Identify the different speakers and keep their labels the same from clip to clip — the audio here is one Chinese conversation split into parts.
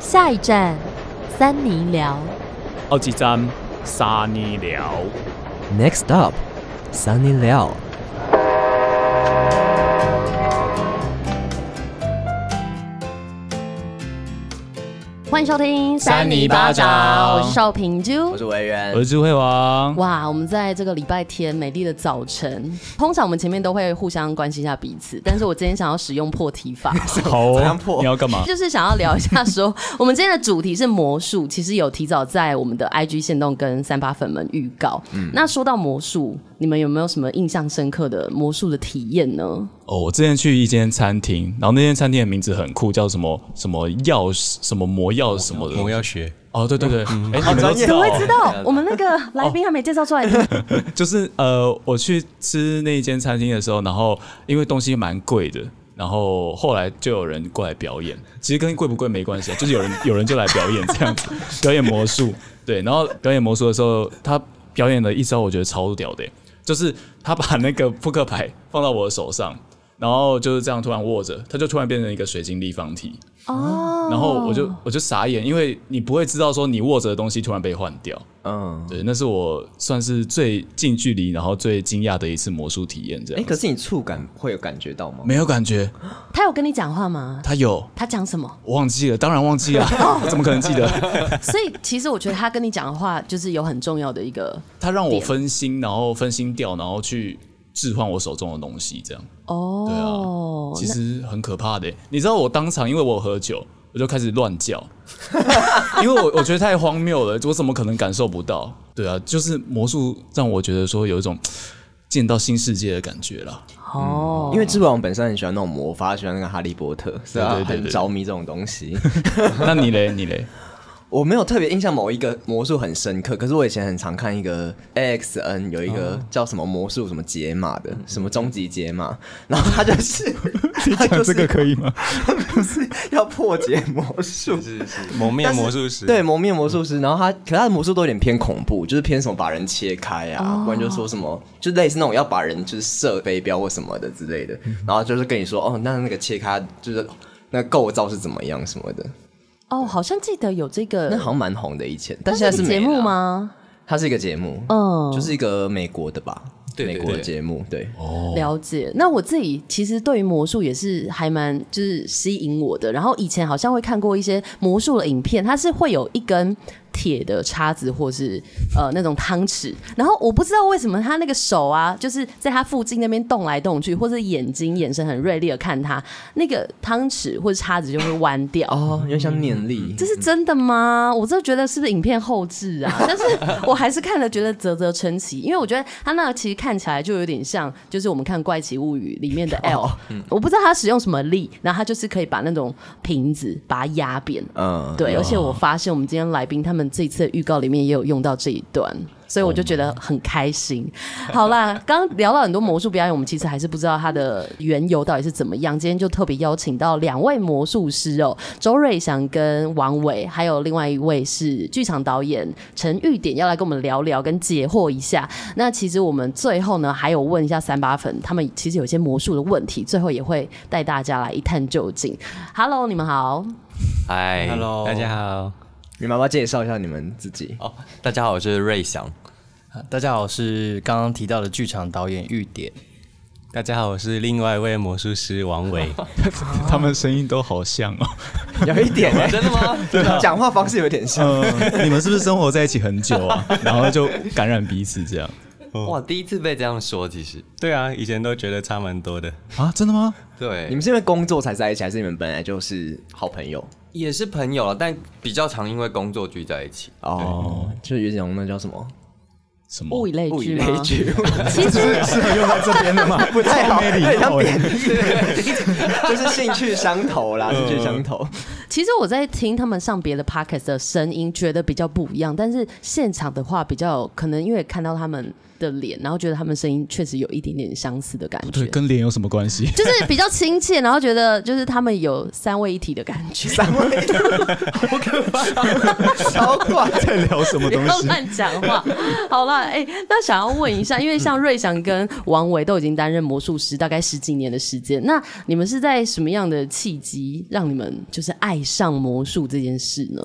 Speaker 1: 下一站，三尼寮。
Speaker 2: 好几站沙尼寮。
Speaker 3: Next up, Sunny Liao。
Speaker 1: 欢迎收听《
Speaker 4: 三尼巴掌
Speaker 1: 我是邵平啾
Speaker 4: 我。是维园
Speaker 2: 我，是智慧王，
Speaker 1: 哇，我们在这个礼拜天美丽的早晨，通常我们前面都会互相关心一下彼此，但是我今天想要使用破题法，
Speaker 2: 好哦
Speaker 4: 怎样破
Speaker 2: 你要干嘛？
Speaker 1: 就是想要聊一下说， 我们今天的主题是魔术，其实有提早在我们的 IG 线动跟三八粉们预告。那说到魔术，你们有没有什么印象深刻的魔术的体验呢？
Speaker 2: 哦，我之前去一间餐厅，然后那间餐厅的名字很酷，叫什么什么药什么魔药什么的。
Speaker 5: 我要学
Speaker 2: 哦，对对对，哎、你们都知
Speaker 1: 我
Speaker 2: 道
Speaker 1: 会
Speaker 2: 哦、
Speaker 1: 知道，我们那个来宾还没介绍出来，
Speaker 2: 就是呃，我去吃那一间餐厅的时候，然后因为东西蛮贵的，然后后来就有人过来表演。其实跟贵不贵没关系，啊，就是 有人有人就来表演这样子， 表演魔术。对，然后表演魔术的时候，他表演了一招，我觉得超屌的欸、就是他把那个扑克牌放到我的手上，然后就是这样突然握着，他就突然变成一个水晶立方体。
Speaker 1: 哦，
Speaker 2: 然后我就我就傻眼，因为你不会知道说你握着的东西突然被换掉。
Speaker 4: 嗯，
Speaker 2: 对，那是我算是最近距离，然后最惊讶的一次魔术体验。这
Speaker 4: 哎，
Speaker 2: 样
Speaker 4: 可是你触感会有感觉到吗？
Speaker 2: 没有感觉，
Speaker 1: 他有跟你讲话吗？
Speaker 2: 他有，
Speaker 1: 他讲什 么？
Speaker 2: 我忘记了，当然忘记了，我怎么可能记得？
Speaker 1: 所以其实我觉得他跟你讲的话，就是有很重要的一个
Speaker 2: 他让我分心，然后分心掉，然后去置换我手中的东西，这样
Speaker 4: 啊
Speaker 1: 哦。
Speaker 2: 其实很可怕的欸。你知道我当场因为我有喝酒，我就开始乱叫， 因为我我觉得太荒谬了，我怎么可能感受不到？对啊，就是魔术让我觉得说有一种见到新世界的感觉啦。
Speaker 1: 哦，
Speaker 4: 因为智王本身很喜欢那种魔法，喜欢那个哈利 波特，是啊，
Speaker 2: 对对对
Speaker 4: 很
Speaker 2: 对
Speaker 4: 着迷这种东西。
Speaker 2: 那你嘞？你嘞？
Speaker 4: 我没有特别印象某一个魔术很深刻，可是我以前很常看一个 AXN 有一
Speaker 2: 哦
Speaker 4: 个叫什么魔术什么解码
Speaker 2: 嗯
Speaker 4: 的，什么终极解码， 然后他就是 他 就
Speaker 2: 这个
Speaker 4: 是
Speaker 2: 可以吗？
Speaker 4: 就是要破解魔 术，
Speaker 5: 蒙面魔术师，
Speaker 4: 对，蒙面魔术师，然后他，可他的魔术都有点偏恐怖，就是偏什么把人切开
Speaker 1: 哦
Speaker 4: 啊，不然就说什么，就类似那种要把人就是射飞镖或什么的之类的，
Speaker 1: 嗯
Speaker 4: 然后就是跟你说，哦，那那个切开就是那个构造是怎么样什么的，
Speaker 1: 哦，好像记得有这个，
Speaker 4: 那好像蛮红的以前，但
Speaker 1: 它
Speaker 4: 现在
Speaker 1: 是
Speaker 4: 是
Speaker 1: 一个节
Speaker 4: 没了
Speaker 1: 目？吗？
Speaker 4: 它是一个节目，
Speaker 1: 嗯
Speaker 4: 就是一个美国的吧，
Speaker 5: 对对
Speaker 4: 美国的
Speaker 5: 对
Speaker 4: 节目，对，
Speaker 2: 哦
Speaker 1: 了解。那我自己其实对于魔术也是还蛮就是吸引我的。然后以前好像会看过一些魔术的影片，它是会有一根铁的叉子或是呃那种汤匙，然后我不知道为什么他那个手啊，就是在他附近那边动来动去，或者眼睛眼神很锐利的看他，那个汤匙或者叉子就会弯掉。
Speaker 4: 哦，有点像念力，
Speaker 1: 这是真的吗？我真的觉得是不是影片后置啊？ 但是我还是看了觉得啧啧称奇，因为我觉得他那个其实看起来就有点像，就是我们看《怪奇物语》里面的 L，、我不知道他使用什么力，然后他就是可以把那种瓶子把它压扁。
Speaker 4: 嗯，
Speaker 1: 对，而且我发现我们今天来宾他们这一次的预告里面也有用到这一段，所以我就觉
Speaker 4: 哦
Speaker 1: 得很开心。好啦，刚聊到很多魔术表演，我们其实还是不知道它的缘由到底是怎么样。今天就特别邀请到两位魔术师哦，周瑞祥跟王伟，还有另外一位是剧场导演陈玉典，要来跟我们聊聊跟解惑一下。那其实我们最后呢，还有问一下三八粉，他们其实有一些魔术的问题，最后也会带大家来一探究竟。Hello，你们好。
Speaker 5: 嗨
Speaker 3: Hello
Speaker 5: 大家好，
Speaker 4: 你们要不要介绍一下你们自 己？
Speaker 5: 哦，大家好，我是瑞祥，
Speaker 6: 大家好，我是刚刚提到的剧场导演玉典。
Speaker 5: 大家好，我是另外一位魔术师王伟，
Speaker 2: 他们声音都好像哦。
Speaker 4: 有一点欸
Speaker 5: 真的吗？
Speaker 4: 讲话方式有点像，
Speaker 2: 嗯，你们是不是生活在一起很久啊？然后就感染彼此这样
Speaker 7: 哇，第一次被这样说，其实
Speaker 5: 对啊，以前都觉得差蛮多的，
Speaker 2: 啊？真的吗？
Speaker 7: 对，
Speaker 4: 你们是因为工作才在一起，还是你们本来就是好朋友？
Speaker 7: 也是朋友了，但比较常因为工作聚在一起。
Speaker 4: 哦，就是有一种那叫什么
Speaker 2: 什
Speaker 1: 物
Speaker 2: 么
Speaker 1: 以？类
Speaker 4: 物以
Speaker 1: 聚
Speaker 4: 类
Speaker 1: 吗？
Speaker 4: 聚，
Speaker 1: 其实
Speaker 2: 适合用在这边的吗？
Speaker 4: 不太好，
Speaker 2: 没
Speaker 4: 有
Speaker 2: 礼
Speaker 4: 点像
Speaker 2: 貌
Speaker 4: 贬义，就是兴趣相投啦，兴趣相投。
Speaker 1: 其实我在听他们上别的 podcast 的声音，觉得比较不一样，但是现场的话比较有可能，因为看到他们的脸，然后觉得他们声音确实有一点点相似的感觉
Speaker 2: 对，，跟脸有什么关 系？
Speaker 1: 就是比较亲切，然后觉得就是他们有三位一体的感觉。三位
Speaker 4: 超怪。
Speaker 2: 在聊什么
Speaker 1: 不
Speaker 2: 东
Speaker 1: 要
Speaker 2: 西？
Speaker 1: 乱讲话。好了，哎、那想要问一下，因为像瑞祥跟王维都已经担任魔术师大概十几年的时间，那你们是在什么样的契机让你们就是爱上魔术这件事呢？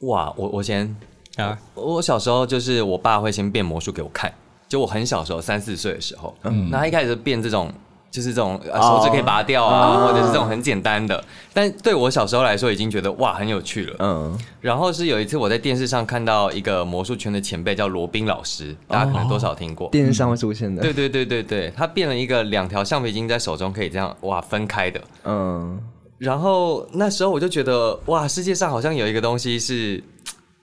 Speaker 7: 哇，我我先
Speaker 5: 啊，
Speaker 7: 我我小时候就是我爸会先变魔术给我看，就我很小时候三四岁的时候，那他一开始就变这种。就是这种呃手指可以拔掉啊，或者是这种很简单的，但对我小时候来说已经觉得哇很有趣了。
Speaker 4: 嗯，
Speaker 7: 然后是有一次我在电视上看到一个魔术圈的前辈叫罗宾老师，大家可能多少听过。
Speaker 4: 电视上会出现的。
Speaker 7: 对，对对对对，他变了一个两条橡皮筋在手中可以这样哇分开的，
Speaker 4: 嗯，
Speaker 7: 然后那时候我就觉得，哇，世界上好像有一个东西是，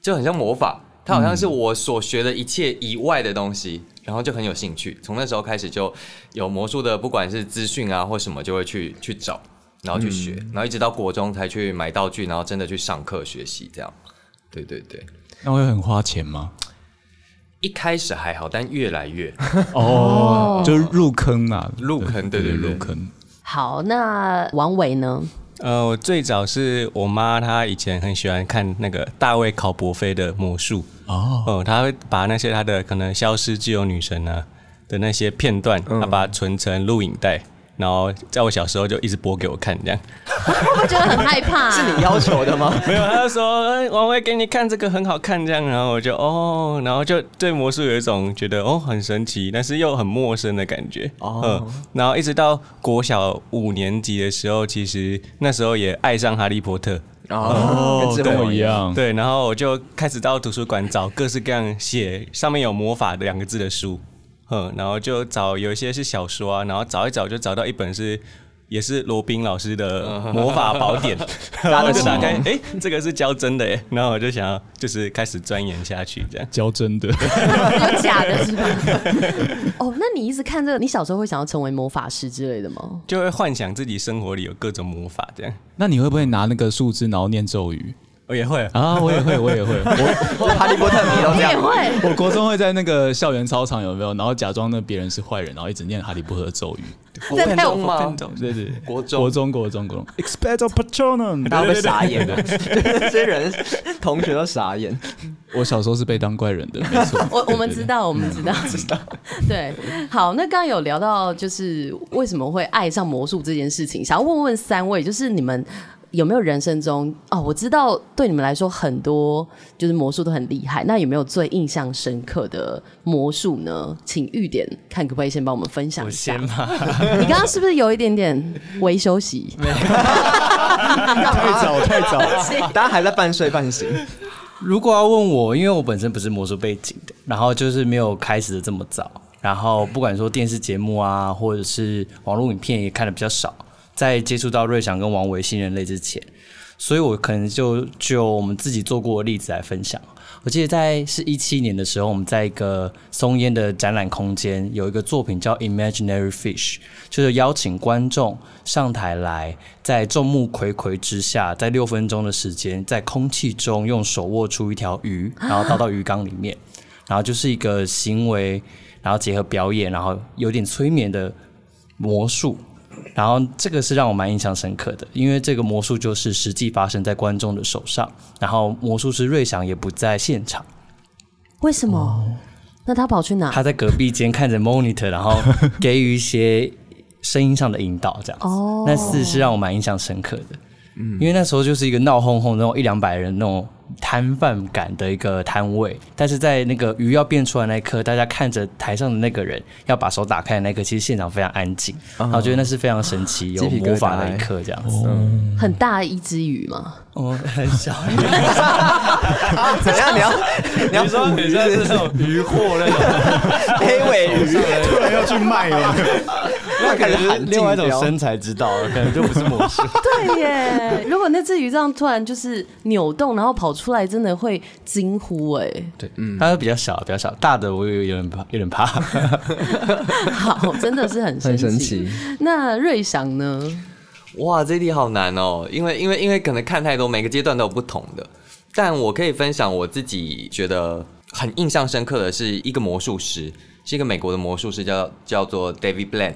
Speaker 7: 就很像魔法，它好像是我所学的一切以外的东西，然后就很有兴趣。从那时候开始就有魔术的，不管是资讯啊或什么，就会去去找，然后去学，然后一直到国中才去买道具，然后真的去上课学习这样。对对对，
Speaker 2: 那会很花钱吗？
Speaker 7: 一开始还好，但越来越
Speaker 2: 哦，就是入坑啊，
Speaker 7: 入坑对对对
Speaker 2: 入坑。
Speaker 1: 好，那王维呢？
Speaker 5: 呃，我最早是我妈，她以前很喜欢看那个大卫考伯菲的魔术，
Speaker 2: 哦，
Speaker 5: 哦，她会把那些她的可能消失自由女神啊的那些片段，她把它存成录影带，然后在我小时候就一直播给我看，这样。
Speaker 1: 会不会觉得很害怕、啊
Speaker 4: 是你要求的吗？
Speaker 5: 没有，他就 说，哎、王威给你看这个很好看，这样，然后我就哦，然后就对魔术有一种觉得哦很神奇，但是又很陌生的感觉。哦、然后一直到国小五年级的时候，其实那时候也爱上哈利波特。
Speaker 4: 哦，跟
Speaker 2: 哦
Speaker 4: 智
Speaker 2: 跟
Speaker 4: 慧
Speaker 2: 我一。样，
Speaker 5: 对，然后我就开始到图书馆找各式各样写上面有魔法的两个字的书，哼，然后就找有一些是小说啊，然后找一找就找到一本是。也是罗宾老师的魔法宝典，然后我就打开，哎、这个是教真的耶，然后我就想要就是开始钻研下去，这样。
Speaker 2: 教真的。
Speaker 1: 有假的是 吧？哦，那你一直看这个，你小时候会想要成为魔法师之类的吗？
Speaker 5: 就会幻想自己生活里有各种魔法，这样。
Speaker 2: 那你会不会拿那个树枝然后念咒语
Speaker 5: 我也会，
Speaker 2: 啊？我也会，我 也会。我
Speaker 4: 哈利波特迷都
Speaker 1: 你
Speaker 4: 这
Speaker 1: 也
Speaker 4: 样。
Speaker 1: 会。
Speaker 2: 我国中会在那个校园操场有没有？然后假装那别人是坏人，然后一直念哈利波特的咒语。
Speaker 7: 国
Speaker 1: 在拍我。
Speaker 7: 中吗？
Speaker 2: 对对，对
Speaker 7: 国中
Speaker 2: 国中国中国中。Expecto patronum。
Speaker 4: 大家会傻眼的，这些人同学都傻眼。
Speaker 2: 我小时候是被当怪人的，没 错
Speaker 1: 我我们
Speaker 2: 对
Speaker 1: 知。道，我们知道，知道。 对，好，那刚刚有聊到，就是为什么会爱上魔术这件事情，想要问问三位，就是你们有没有人生中哦，我知道对你们来说很多就是魔术都很厉害，那有没有最印象深刻的魔术呢？请玉点看可不可以先帮我们分享一下。 你刚刚是不是有一点点微休息？
Speaker 2: 太早太早。
Speaker 4: 大家还在半睡半醒，
Speaker 6: 如果要问我，因为我本身不是魔术背景的，然后就是没有开始的这么早，然后不管说电视节目啊，或者是网络影片也看的比较少，在接触到瑞祥跟王维新人类之前，所以我可能就就我们自己做过的例子来分享。我记得在是一七年的时候，我们在一个松烟的展览空间有一个作品叫《Imaginary Fish》，就是邀请观众上台来，在众目睽睽之下，在六分钟的时间，在空气中用手握出一条鱼，然后倒到鱼缸里面，然后就是一个行为，然后结合表演，然后有点催眠的魔术。然后这个是让我蛮印象深刻的，因为这个魔术就是实际发生在观众的手上，然后魔术师瑞祥也不在现场，
Speaker 1: 为什么？那他跑去哪？
Speaker 6: 他在隔壁间看着 monitor，然后给予一些声音上的引导，这样子。
Speaker 1: 哦
Speaker 6: 那次是让我蛮印象深刻的，
Speaker 4: 嗯
Speaker 6: 因为那时候就是一个闹哄哄那种一两百人那种摊贩感的一个摊位，但是在那个鱼要变出来那一刻，大家看着台上的那个人要把手打开的那一刻，其实现场非常安静，然后我觉得那是非常神奇、有
Speaker 4: 鸡皮疙瘩
Speaker 6: 魔法的一刻，这样子。
Speaker 1: 很大一只鱼吗？
Speaker 6: 哦，很小。
Speaker 4: 怎样？你要你要
Speaker 5: 说你说是那种鱼货那种，
Speaker 4: 黑尾鱼，
Speaker 2: 突然要去卖了，
Speaker 4: 那可能是
Speaker 5: 另外一种身材之道，可能就不是魔术。
Speaker 1: 对 耶！如果那只鱼这样突然就是扭动，然后跑出来，真的会惊呼哎。
Speaker 6: 对，它是比较小，比较小，大的我有有 点怕，有点怕。
Speaker 1: 好，真的是很神
Speaker 4: 很
Speaker 1: 奇。
Speaker 4: 神奇。
Speaker 1: 那瑞祥呢？
Speaker 7: 哇，这一题好难哦，因为因为因为可能看太多，每个阶段都有不同的。但我可以分享我自己觉得很印象深刻的是一个魔术师，是一个美国的魔术师叫叫做 David Blaine。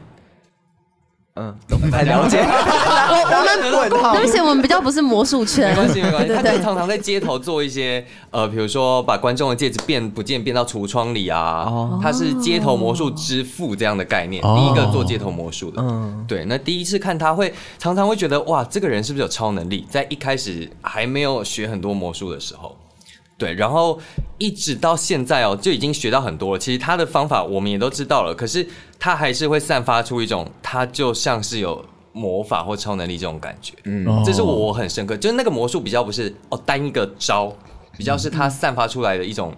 Speaker 4: 嗯，太了解。我我们问号
Speaker 1: 对不起，我们比较不是魔术圈，
Speaker 7: 没关系，没关系。
Speaker 1: 对
Speaker 7: 他就
Speaker 1: 对
Speaker 7: 常常在街头做一些，呃，比如说把观众的戒指变不见，变到橱窗里啊。他是街头魔术之父这样的概念，第一个做街头魔术的。
Speaker 4: 嗯
Speaker 7: 对，那第一次看他会常常会觉得，哇，这个人是不是有超能力？在一开始还没有学很多魔术的时候。对，然后一直到现在哦，就已经学到很多了。其实他的方法我们也都知道了，可是他还是会散发出一种，他就像是有魔法或超能力这种感觉。嗯，这是我我很深刻，就是那个魔术比较不是哦单一个招，比较是他散发出来的一种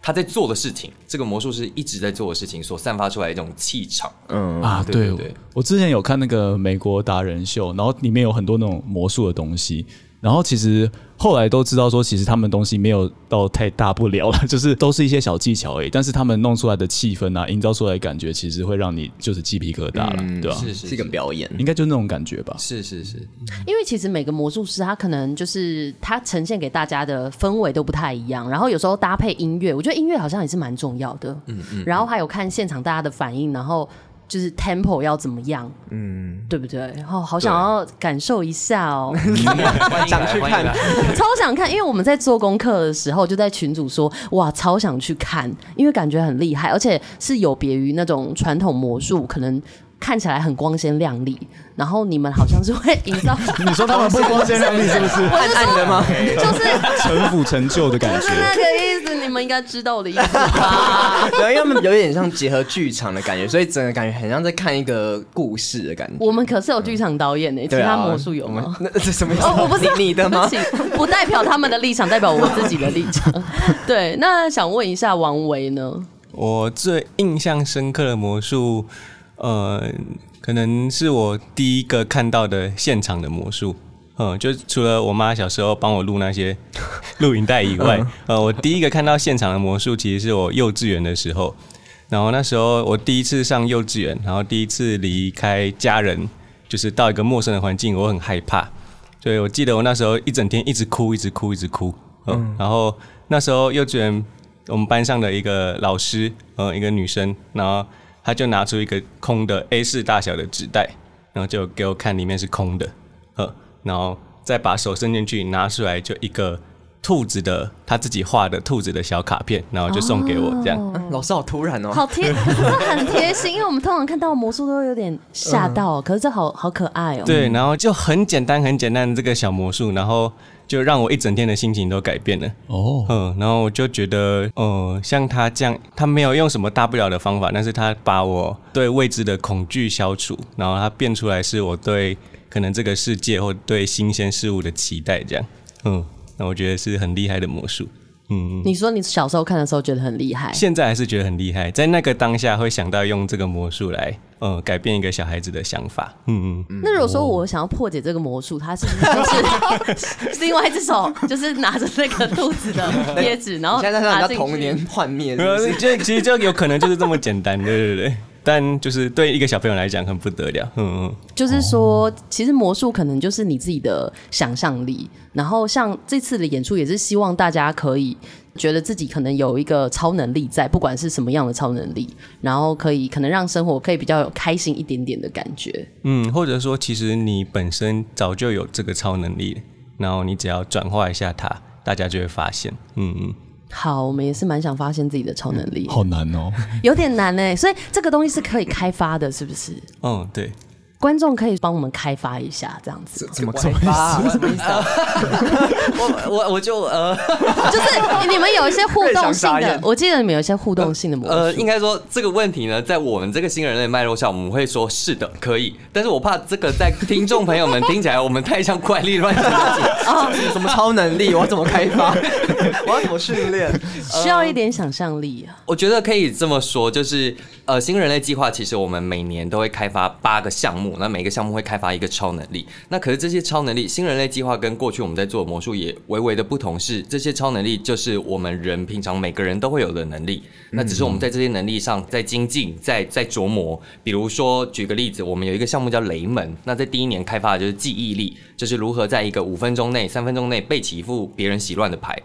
Speaker 7: 他在做的事情，这个魔术师一直在做的事情所散发出来的一种气场。
Speaker 4: 嗯，
Speaker 2: 啊，
Speaker 7: 对
Speaker 2: 对
Speaker 7: 对对
Speaker 2: 我之前有看那个美国达人秀，然后里面有很多那种魔术的东西，然后其实后来都知道说，其实他们东西没有到太大不了了， 就是都是一些小技巧而已，但是他们弄出来的气氛啊，营造出来的感觉，其实会让你就是鸡皮疙瘩了，对吧、
Speaker 7: 嗯是是
Speaker 4: 是一个表演。
Speaker 2: 应该就那种感觉吧。
Speaker 7: 是是是，
Speaker 1: 因为其实每个魔术师他可能就是他呈现给大家的氛围都不太一样，然后有时候搭配音乐，我觉得音乐好像也是蛮重要的。嗯嗯。然后还有看现场大家的反应，然后就是 tempo 要怎么样，嗯，对不对？然后好想要感受一下哦，
Speaker 7: 欢迎
Speaker 4: 想去
Speaker 7: 来，欢迎来。
Speaker 1: 超想看，因为我们在做功课的时候就在群组说，哇，超想去看，因为感觉很厉害，而且是有别于那种传统魔术，可能看起来很光鲜亮丽，然后你们好像是会营 造。
Speaker 2: 你说他们不光鲜亮丽是不是？
Speaker 1: 我是说，
Speaker 4: 的吗？
Speaker 1: 就是
Speaker 2: 城府成就的感
Speaker 1: 不
Speaker 2: 觉
Speaker 1: 是。那个意思，你们应该知道我的意思吧？
Speaker 4: 对，因为他们有点像结合剧场的感觉，所以整个感觉很像在看一个故事的感觉。
Speaker 1: 我们可是有剧场导演呢、其
Speaker 4: 对啊，
Speaker 1: 他魔术有吗？？
Speaker 4: 那这什么意思？
Speaker 1: 哦，我不是
Speaker 4: 你你的吗？
Speaker 1: 对不起不代表他们的立场，代表我自己的立场。 对，那想问一下王维呢？
Speaker 5: 我最印象深刻的魔术，呃，可能是我第一个看到的现场的魔术。嗯，就除了我妈小时候帮我录那些录影带以外，呃，我第一个看到现场的魔术，其实是我幼稚园的时候。然后那时候我第一次上幼稚园，然后第一次离开家人，就是到一个陌生的环境，我很害怕。所以我记得我那时候一整天一直哭，一直哭，一直哭。嗯，然后那时候幼稚园我们班上的一个老师，呃，一个女生，然后她就拿出一个空的 A 4大小的纸袋，然后就给我看里面是空的，呃，然后再把手伸进去拿出来，就一个兔子的她自己画的兔子的小卡片，然后就送给我这样。
Speaker 1: 哦
Speaker 4: 老师好突然哦。
Speaker 1: 好贴， 可是很贴心，因为我们通常看到魔术都会有点吓到，
Speaker 4: 嗯
Speaker 1: 可是这好好可爱哦。，
Speaker 5: 对，然后就很简单很简单的这个小魔术，然后就让我一整天的心情都改变了。
Speaker 2: 哦，
Speaker 5: 嗯，然后我就觉得，呃，像他这样，他没有用什么大不了的方法，但是他把我对未知的恐惧消除，然后他变出来是我对可能这个世界或对新鲜事物的期待，这样，嗯，那我觉得是很厉害的魔术，嗯，
Speaker 1: 你说你小时候看的时候觉得很厉害，
Speaker 5: 现在还是觉得很厉害，在那个当下会想到用这个魔术来，呃，改变一个小孩子的想法，嗯嗯，
Speaker 1: 那如果
Speaker 4: 哦
Speaker 1: 说我想要破解这个魔术，它是不是 就是另外一只手就是拿着那个肚子 的贴纸，然后
Speaker 4: 你现在在
Speaker 1: 拿
Speaker 4: 让人
Speaker 1: 进
Speaker 4: 家
Speaker 1: 去
Speaker 4: 童年幻灭，
Speaker 5: 没
Speaker 4: 是不
Speaker 5: 有，
Speaker 4: 是？
Speaker 5: 就 其实就有可能就是这么简单，对对对，但就是对一个小朋友来讲很不得了，嗯嗯。
Speaker 1: 就是说，其实魔术可能就是你自己的想象力。然后像这次的演出，也是希望大家可以觉得自己可能有一个超能力在，不管是什么样的超能力，然后可以可能让生活可以比较有开心一点点的感觉。
Speaker 5: 嗯，或者说，其实你本身早就有这个超能力，然后你只要转化一下它，大家就会发现。嗯嗯，
Speaker 1: 好，我们也是蛮想发现自己的超能力，
Speaker 2: 好难哦。
Speaker 1: 有点难呢、所以这个东西是可以开发的，是不是？
Speaker 5: 哦，对，
Speaker 1: 观众可以帮我们开发一下，这样 子，
Speaker 4: 怎么怎么什么意思啊？
Speaker 7: 我我我就呃
Speaker 1: 就是你们有一些互动 性
Speaker 4: 非常傻
Speaker 1: 的
Speaker 4: 眼，
Speaker 1: 我记得你们有一些互动性的魔术，
Speaker 7: 呃，应该说这个问题呢，在我们这个新人类脉络下，我们会说是的，可以。但是我怕这个在听众朋友们听起来，我们太像怪力乱神的组
Speaker 4: 什么超能力？我要怎么开发？ 我要怎么训练？
Speaker 7: 呃
Speaker 1: 需要一点想象力啊。
Speaker 7: 我觉得可以这么说，就是呃，新人类计划其实我们每年都会开发八个项目，那每个项目会开发一个超能力。那可是这些超能力，新人类计划跟过去我们在做的魔术也微微的不同是，这些超能力就是我们人平常每个人都会有的能力，那只是我们在这些能力上在精进，在在琢磨。比如说，举个例子，我们有一个项目叫雷门，那在第一年开发的就是记忆力，就是如何在一个五分钟内、三分钟内背起一副别人洗乱的牌。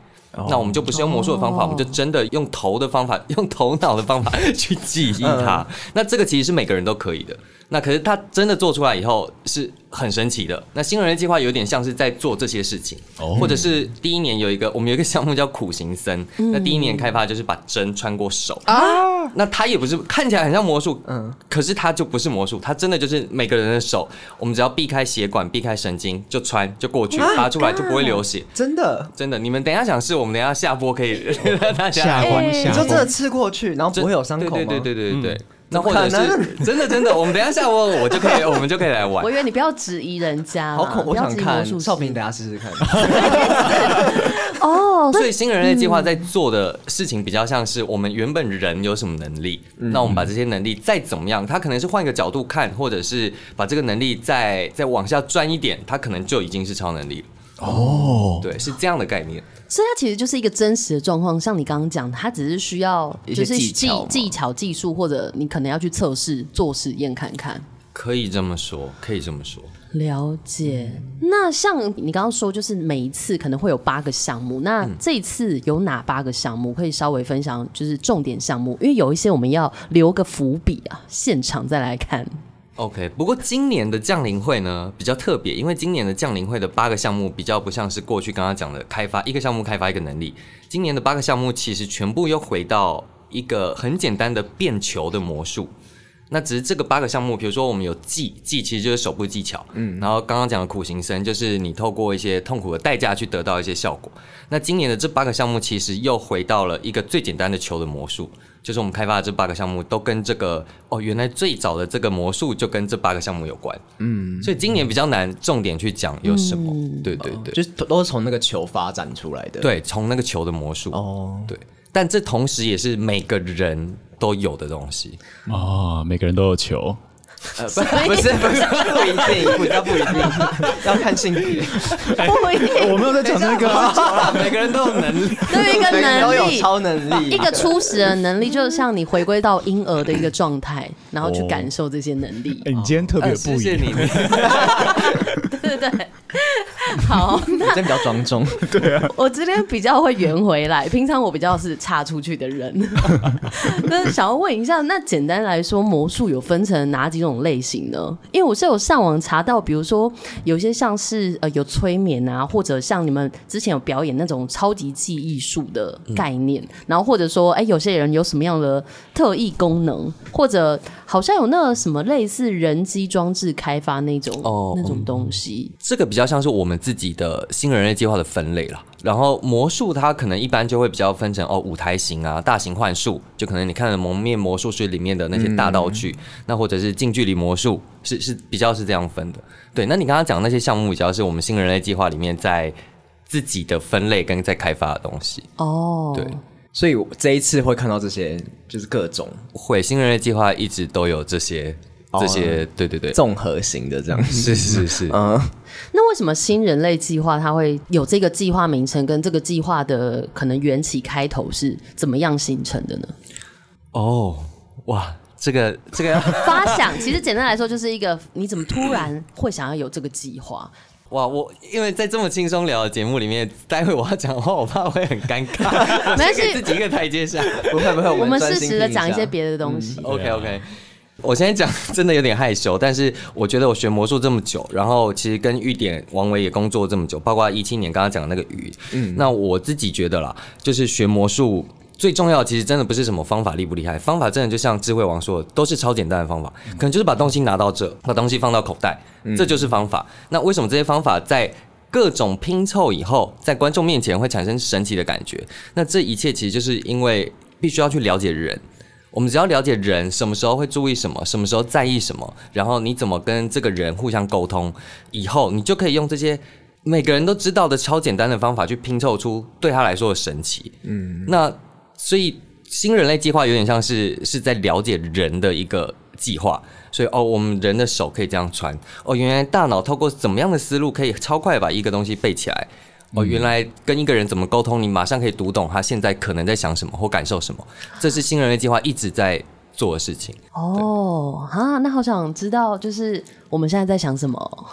Speaker 7: 那我们就不是用魔术的方法，我们就真的用头的方法， 用头脑的方法去记忆它。那这个其实是每个人都可以的。那可是他真的做出来以后是很神奇的。那新人类计划有点像是在做这些事情，或者是第一年有一个我们有一个项目叫苦行僧，那第一年开发就是把针穿过手嗯啊，那它也不是看起来很像魔术，嗯，可是它就不是魔术，它真的就是每个人的手，我们只要避开血管、避开神经就穿就过去，拔出来就不会流血。
Speaker 4: 真的，
Speaker 7: 真的，你们等一下想试，我们等一下下播可以让大家
Speaker 2: 哎
Speaker 8: 下关
Speaker 4: 你
Speaker 7: 哎
Speaker 8: 下
Speaker 4: 说真
Speaker 8: 关
Speaker 4: 的刺过去，然后不会有伤口吗？
Speaker 7: 对对对对对对。那
Speaker 4: 怎么
Speaker 7: 或者
Speaker 4: 可能
Speaker 7: 是真的真的，我们等一下下播，我就可以，我们就可以来玩
Speaker 1: 我。以为你不要质疑人家啦，
Speaker 4: 好恐，
Speaker 1: 不
Speaker 4: 我
Speaker 1: 要
Speaker 4: 想
Speaker 1: 质疑魔
Speaker 4: 看
Speaker 1: 术师
Speaker 4: 少平，等下试试看。
Speaker 1: 哦，
Speaker 7: 所以新人类计划在做的事情比较像是我们原本人有什么能力，那我们把这些能力再怎么样，他可能是换一个角度看，或者是把这个能力再再往下钻一点，他可能就已经是超能力了。哦，对，是这样的概念。
Speaker 1: 所以它其实就是一个真实的状况，像你刚刚讲，它只是需要
Speaker 4: 一
Speaker 1: 就
Speaker 4: 些
Speaker 1: 是技
Speaker 4: 技巧嘛
Speaker 1: 技巧、技术，或者你可能要去测试、做实验看看。
Speaker 7: 可以这么说，可以这么说。
Speaker 1: 了解。
Speaker 4: 嗯
Speaker 1: 那像你刚刚说，就是每一次可能会有八个项目，
Speaker 4: 嗯
Speaker 1: 那这一次有哪八个项目可以稍微分享？就是重点项目，因为有一些我们要留个伏笔啊，现场再来 看。
Speaker 7: OK，不过今年的降临会呢比较特别，因为今年的降临会的八个项目比较不像是过去刚刚讲的开发一个项目开发一个能力，今年的八个项目其实全部又回到一个很简单的变球的魔术。那只是这个八个项目，比如说我们有技，技其实就是手部技巧，嗯，然后刚刚讲的苦行僧就是你透过一些痛苦的代价去得到一些效果。那今年的这八个项目其实又回到了一个最简单的球的魔术，就是我们开发的这八个项目都跟这个哦，原来最早的这个魔术就跟这八个项目有关，嗯，所以今年比较难重点去讲有什么，对对对，
Speaker 4: 就是都是从那个球发展出来的。，
Speaker 7: 对，从那个球的魔术，
Speaker 4: 哦，
Speaker 7: 对，但这同时也是每个人都有的东西，
Speaker 2: 哦，每个人都有球，
Speaker 4: 呃，不，不是，不是，不一定，不，要不一 定，要看性别，
Speaker 1: 不一定，
Speaker 8: 我没有在讲那个啊，
Speaker 7: 每个人都有能力。
Speaker 1: 都有一个
Speaker 4: 每个人都
Speaker 1: 能
Speaker 4: 有
Speaker 1: 力，
Speaker 4: 超能力，
Speaker 1: 一个初始的能力，就是像你回归到婴儿的一个状态，然后去感受这些能 力。
Speaker 8: 哎，你今天特别不一
Speaker 7: 呃谢谢
Speaker 8: 样，
Speaker 7: 你，
Speaker 1: 对对对，好，
Speaker 4: 真的比较庄重。
Speaker 1: 我这边比较会圆回来，平常我比较是岔出去的人。 那想要问一下，那简单来说，魔术有分成哪几种类型呢？因为我是有上网查到，比如说有些像是呃有催眠啊，或者像你们之前有表演那种超级记忆术的概念，然后或者说哎、有些人有什么样的特异功能，或者好像有那个什么类似人机装置开发那种、
Speaker 7: 哦
Speaker 1: 那种东西，
Speaker 7: 这个比较像是我们自己的新人类计划的分类了。然后魔术它可能一般就会比较分成哦舞台型啊、大型幻术，就可能你看的《蒙面魔术师》里面的那些大道具，那或者是近距离魔术，是是比较是这样分的。对，那你刚刚讲那些项目，比较是我们新人类计划里面在自己的分类跟在开发的东西。
Speaker 1: 哦，
Speaker 7: 对，
Speaker 4: 所以我这一次会看到这些，就是各种
Speaker 7: 会新人类计划一直都有这些这些，对对对，
Speaker 4: 综合型的这样子。
Speaker 7: 是是是，
Speaker 4: 嗯，
Speaker 1: 那为什么新人类计划它会有这个计划名称，跟这个计划的可能缘起开头是怎么样形成的呢？
Speaker 7: 哦，哇，这个这个要。
Speaker 1: 发想其实简单来说就是一个，你怎么突然会想要有这个计划？
Speaker 7: 哇，我因为在这么轻松聊的节目里面，待会我要讲话，我怕会很尴尬， 我
Speaker 1: 没关
Speaker 7: 先
Speaker 1: 系
Speaker 7: 给自己一个台阶下。
Speaker 4: 不会不会，
Speaker 1: 我们
Speaker 4: 专
Speaker 1: 适
Speaker 4: 心
Speaker 1: 时的
Speaker 4: 听下嗯
Speaker 1: 讲一些。别的东西。
Speaker 7: OK OK，我现在讲 真的有点害羞，但是我觉得我学魔术这么久，然后其实跟玉典、王维也工作这么久，包括一七年刚刚讲的那个鱼，嗯，那我自己觉得啦，就是学魔术。最重要其实真的不是什么方法厉不厉害，方法真的就像智慧王说的，都是超简单的方法，可能就是把东西拿到这，把东西放到口袋，这就是方法。那为什么这些方法在各种拼凑以后，在观众面前会产生神奇的感觉？那这一切其实就是因为必须要去了解人，我们只要了解人什么时候会注意什么，什么时候在意什么，然后你怎么跟这个人互相沟通，以后你就可以用这些每个人都知道的超简单的方法去拼凑出对他来说的神奇。嗯，那所以新人类计划有点像是是在了解人的一个计划。所以哦，我们人的手可以这样穿哦，原来大脑透过怎么样的思路可以超快把一个东西背起来。哦，
Speaker 4: 嗯
Speaker 7: 原来跟一个人怎么沟通，你马上可以读懂他现在可能在想什么或感受什么。这是新人类计划一直在做的事情。
Speaker 1: 哦，啊，那好想知道，就是我们现在在想什么？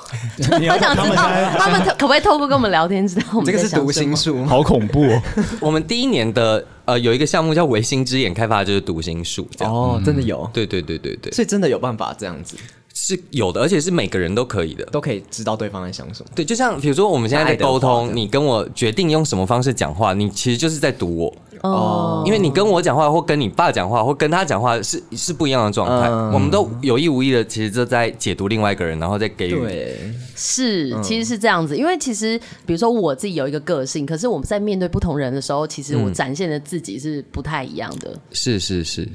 Speaker 2: 你
Speaker 1: 好
Speaker 2: 要
Speaker 1: 想知道他们可不可以透过跟我们聊天知道我们
Speaker 4: 这个
Speaker 1: 在
Speaker 4: 是
Speaker 1: 想
Speaker 4: 读
Speaker 1: 什
Speaker 4: 心
Speaker 1: 么？
Speaker 4: 术吗？
Speaker 2: 好恐怖哦！
Speaker 7: 我们第一年的呃有一个项目叫“维心之眼”，开发的就是读心术这样。
Speaker 4: 哦，真的有，
Speaker 7: 对对对对对，
Speaker 4: 所以真的有办法这样子，
Speaker 7: 是有的，而且是每个人都可以的。
Speaker 4: 都可以知道对方在想什么。
Speaker 7: 对，就像比如说我们现在在沟
Speaker 4: 爱的话这
Speaker 7: 通，
Speaker 4: 样
Speaker 7: 你跟我决定用什么方式讲话，你其实就是在读我，
Speaker 1: 哦，
Speaker 7: 因为你跟我讲话或跟你爸讲话或跟他讲话是是不一样的状态。
Speaker 4: 嗯
Speaker 7: 我们都有意无意的，其实就在解读另外一个人，然后再给予。
Speaker 4: 对，
Speaker 1: 是，其实是这样子，因为其实比如说我自己有一个个性，可是我们在面对不同人的时候，其实我展现的自己是不太一样的。
Speaker 7: 是是是，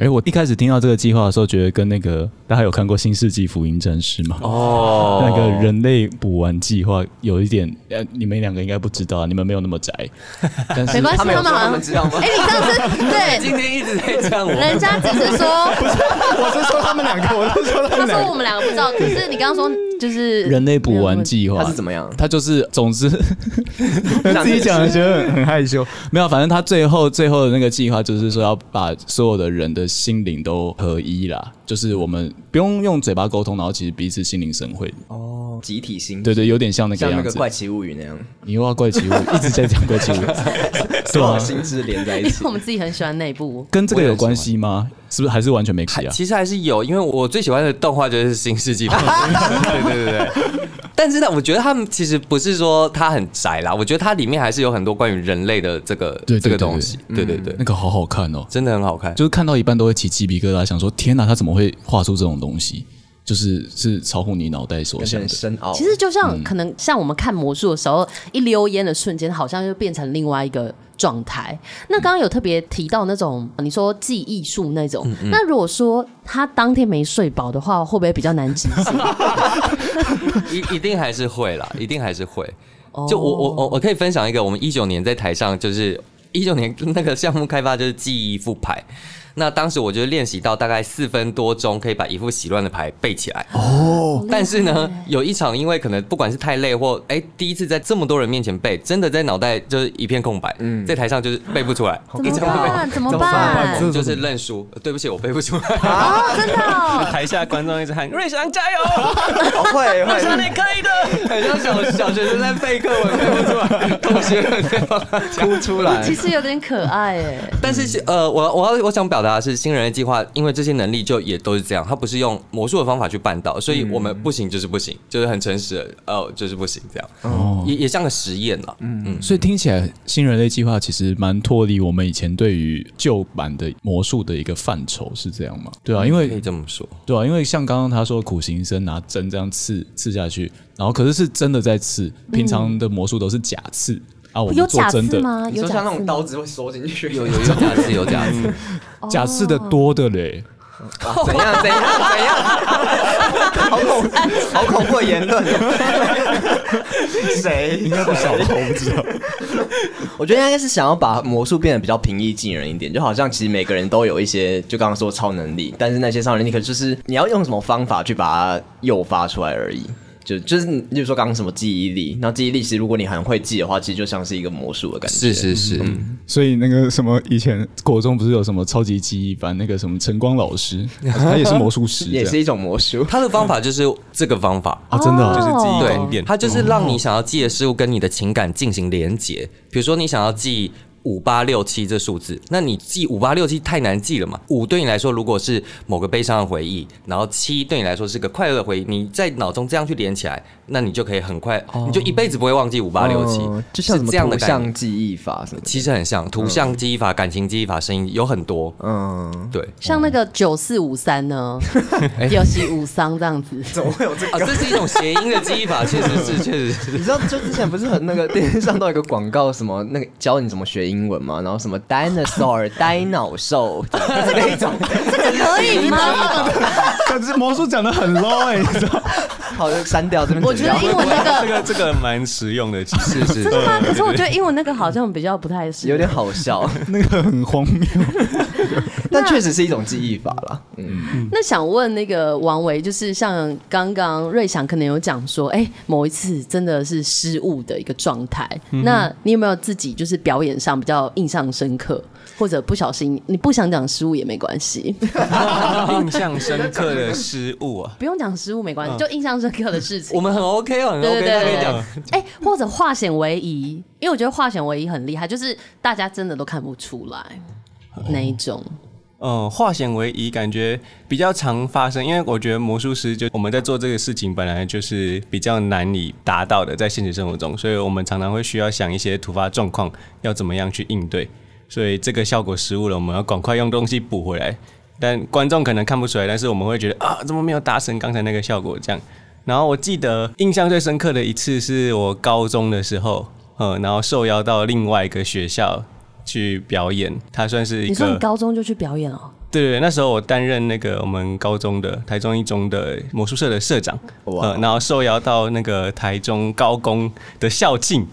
Speaker 2: 哎，我一开始听到这个计划的时候，觉得跟那个大家有看过《新世纪福音战士》吗？
Speaker 7: 哦
Speaker 2: 那个人类补完计划有一点，呃，你们两个应该不知道啊，你们没有那么宅， 但
Speaker 1: 没
Speaker 2: 是
Speaker 1: 关系，
Speaker 4: 们有
Speaker 1: 他好
Speaker 4: 说他
Speaker 1: 像
Speaker 4: 们知道吗
Speaker 1: 哎、？你上次对，
Speaker 7: 今天一直在这 样我。
Speaker 1: 人家只是说，
Speaker 2: 我是说他们两个，我是说他
Speaker 1: 他说我们两个不知道，可是你刚刚说就是
Speaker 2: 人类补完计划
Speaker 4: 他是怎么样？
Speaker 2: 他就是，总之 自己讲的觉得很很害羞。没有，反正他最后最后的那个计划就是说要把所有的人的心灵都合一啦，就是我们不用用嘴巴沟通，然后其实彼此心领神会。
Speaker 4: 哦，集体心，
Speaker 2: 对对，啊有点像那个
Speaker 4: 像那
Speaker 2: 样
Speaker 4: 个
Speaker 2: 子。
Speaker 4: 怪奇物语那样，
Speaker 2: 你又要怪奇物，一直在讲怪奇物， 对
Speaker 4: 所
Speaker 2: 啊
Speaker 4: 有， 心智连在
Speaker 1: 因
Speaker 4: 一
Speaker 1: 为
Speaker 4: 起
Speaker 1: 我。们自己很喜欢那部，
Speaker 2: 跟这个有关系吗？是不是还是完全没关系啊？
Speaker 7: 其实还是有，因为我最喜欢的动画就是《新世 纪福音战士》。对对对对。但是呢，我觉得他们其实不是说它很宅啦，我觉得它里面还是有很多关于人类的这个
Speaker 2: 对对
Speaker 7: 这个
Speaker 2: 对
Speaker 7: 东西。对对对，
Speaker 2: 那个好好看哦，
Speaker 7: 真的很好看。
Speaker 2: 就是看到一半都会起鸡皮疙瘩，想说天哪，他怎么会画出这种东西？就是是超乎你脑袋所
Speaker 4: 感觉
Speaker 2: 想的
Speaker 4: 很。深奥。
Speaker 1: 其实就像、可能像我们看魔术的时候，一溜烟的瞬间，好像又变成另外一个状态。那刚刚有特别提到那种呃你说记忆术那种，那如果说他当天没睡饱的话，会不会比较难执行？
Speaker 2: 嗯
Speaker 7: 一一定还是会啦，一定还是会。
Speaker 1: 哦
Speaker 7: 就我我我我可以分享一个，我们一九年在台上就是一九年那个项目开发就是记忆复牌。那当时我就练习到大概四分多钟，可以把一副洗乱的牌背起来。哦，但是呢，有一场因为可能不管是太累或哎、第一次在这么多人面前背，真的在脑袋就是一片空白，在台上就是背不出来，
Speaker 1: 怎么办？怎么
Speaker 7: 我
Speaker 1: 办？
Speaker 7: 们就是认输。对不起，我背不出来。
Speaker 1: 哦，真的哦、
Speaker 5: 台下观众一直喊瑞祥加油，
Speaker 4: 哦会
Speaker 5: 瑞祥
Speaker 4: 会，
Speaker 5: 你可以的。
Speaker 7: 很像小小学生在背课文背不出来，同学们在帮 他讲
Speaker 4: 哭出来
Speaker 1: 其。实有点可爱哎。
Speaker 7: 但是是呃，我我要我想表达的是，新人类计划，因为这些能力就也都是这样，它不是用魔术的方法去办到，所以我们不行就是不行，就是很诚实的，呃，就是不行这样，也也像个实验了。嗯，
Speaker 2: 所以听起来，新人类计划其实蛮脱离我们以前对于旧版的魔术的一个范畴，是这样吗？对啊，因
Speaker 7: 可以
Speaker 2: 为
Speaker 7: 这么说。
Speaker 2: 对啊，因为像刚刚他说苦行僧拿针这样刺刺下去，然后可是是真的在刺，平常的魔术都是假刺、啊，我
Speaker 1: 嗯有
Speaker 2: 们做
Speaker 1: 假
Speaker 2: 真
Speaker 1: 刺
Speaker 2: 的，
Speaker 1: 吗？
Speaker 4: 你
Speaker 1: 有
Speaker 4: 说
Speaker 1: 假
Speaker 4: 像那
Speaker 1: 刺
Speaker 4: 种
Speaker 1: 吗
Speaker 4: 刀子会缩进去，
Speaker 7: 有 有有假肢有假 肢，
Speaker 1: 哦
Speaker 2: 假刺的多的嘞。
Speaker 4: 啊怎样怎样怎样，好恐好恐怖的言论。 谁应该不小吧？我不知道。我觉得应该是想要把魔术变得比较平易近人一点，就好像其实每个人都有一些，就刚刚说超能力，但是那些超能力可能就是你要用什么方法去把它诱发出来而已。就就是，例如说刚刚什么记忆力，那记忆力其实如果你很会记的话，其实就像是一个魔术的感觉。
Speaker 7: 是是是，
Speaker 2: 所以那个什么，以前国中不是有什么超级记忆班，那个什么晨光老师，他也是魔术师，
Speaker 4: 也是一种魔术。
Speaker 7: 他的方法就是这个方法，
Speaker 2: 啊，真的、
Speaker 1: 哦就是记忆
Speaker 7: 对
Speaker 5: 懂一点，
Speaker 7: 它就是让
Speaker 4: 哦
Speaker 7: 你想要记的事物跟你的情感进行连结。比如说，你想要记五八六七这数字，那你记五八六七太难记了嘛？五对你来说如果是某个悲伤的回忆，然后七对你来说是个快乐的回忆，你在脑中这样去连起来，那你就可以很快，你就一辈子不会忘记五八六七
Speaker 4: 哦，就是像什么
Speaker 7: 这样的
Speaker 4: 图
Speaker 7: 感
Speaker 4: 像嗯
Speaker 7: 觉。
Speaker 4: 记忆法什么的。
Speaker 7: 其实很像图像记忆法、感情记忆法、声音有很多，
Speaker 4: 嗯，
Speaker 7: 对
Speaker 1: 像那个九四五三呢， 有喜五桑这样子，
Speaker 4: 怎么会有这
Speaker 7: 啊，这是一种谐音的记忆法，确实是，确实 是。
Speaker 4: 你知道，就之前不是很那个电视上都有一个广告，什么那个教你怎么学英文嘛，然后什么 dinosaur 呆脑兽，就是那种，
Speaker 1: 可以吗？
Speaker 2: 可是魔术讲的很 low 哎、你知道吗？
Speaker 4: 好就删掉这边。
Speaker 1: 我觉得英文那
Speaker 5: 这
Speaker 1: 个
Speaker 5: 个这个蛮实用的，其实
Speaker 7: 是是
Speaker 1: 真的吗？可 是我觉得英文那个好像比较不太适合
Speaker 4: 有点好笑，
Speaker 2: 那个很荒谬。
Speaker 4: 但确实是一种记忆法啦。嗯，
Speaker 1: 那想问那个王维，就是像刚刚瑞祥可能有讲说，哎、某一次真的是失误的一个状态。那你有没有自己就是表演上比较印象深刻，或者不小心你不想讲失误也没关系，
Speaker 5: 印象深刻的失误啊，
Speaker 1: 不用讲失误没关系，就印象深刻的事情。
Speaker 5: 我们很 OK 哦，很
Speaker 1: 对
Speaker 5: OK，
Speaker 1: 对
Speaker 5: 他可
Speaker 1: 对
Speaker 5: 以
Speaker 1: 对
Speaker 5: 讲。
Speaker 1: 哎、或者化险为夷，因为我觉得化险为夷很厉害，就是大家真的都看不出来那一种。
Speaker 5: 嗯，化险为夷感觉比较常发生，因为我觉得魔术师就我们在做这个事情本来就是比较难以达到的，在现实生活中，所以我们常常会需要想一些突发状况要怎么样去应对，所以这个效果失误了，我们要赶快用东西补回来。但观众可能看不出来，但是我们会觉得啊，怎么没有达成刚才那个效果这样。然后我记得印象最深刻的一次是我高中的时候，嗯，然后受邀到另外一个学校去表演，它算是一个。
Speaker 1: 你说你高中就去表演哦了？
Speaker 5: 对对，那时候我担任那个我们高中的台中一中的魔术社的社长，
Speaker 4: 哇
Speaker 5: 呃，然后受邀到那个台中高工的校庆。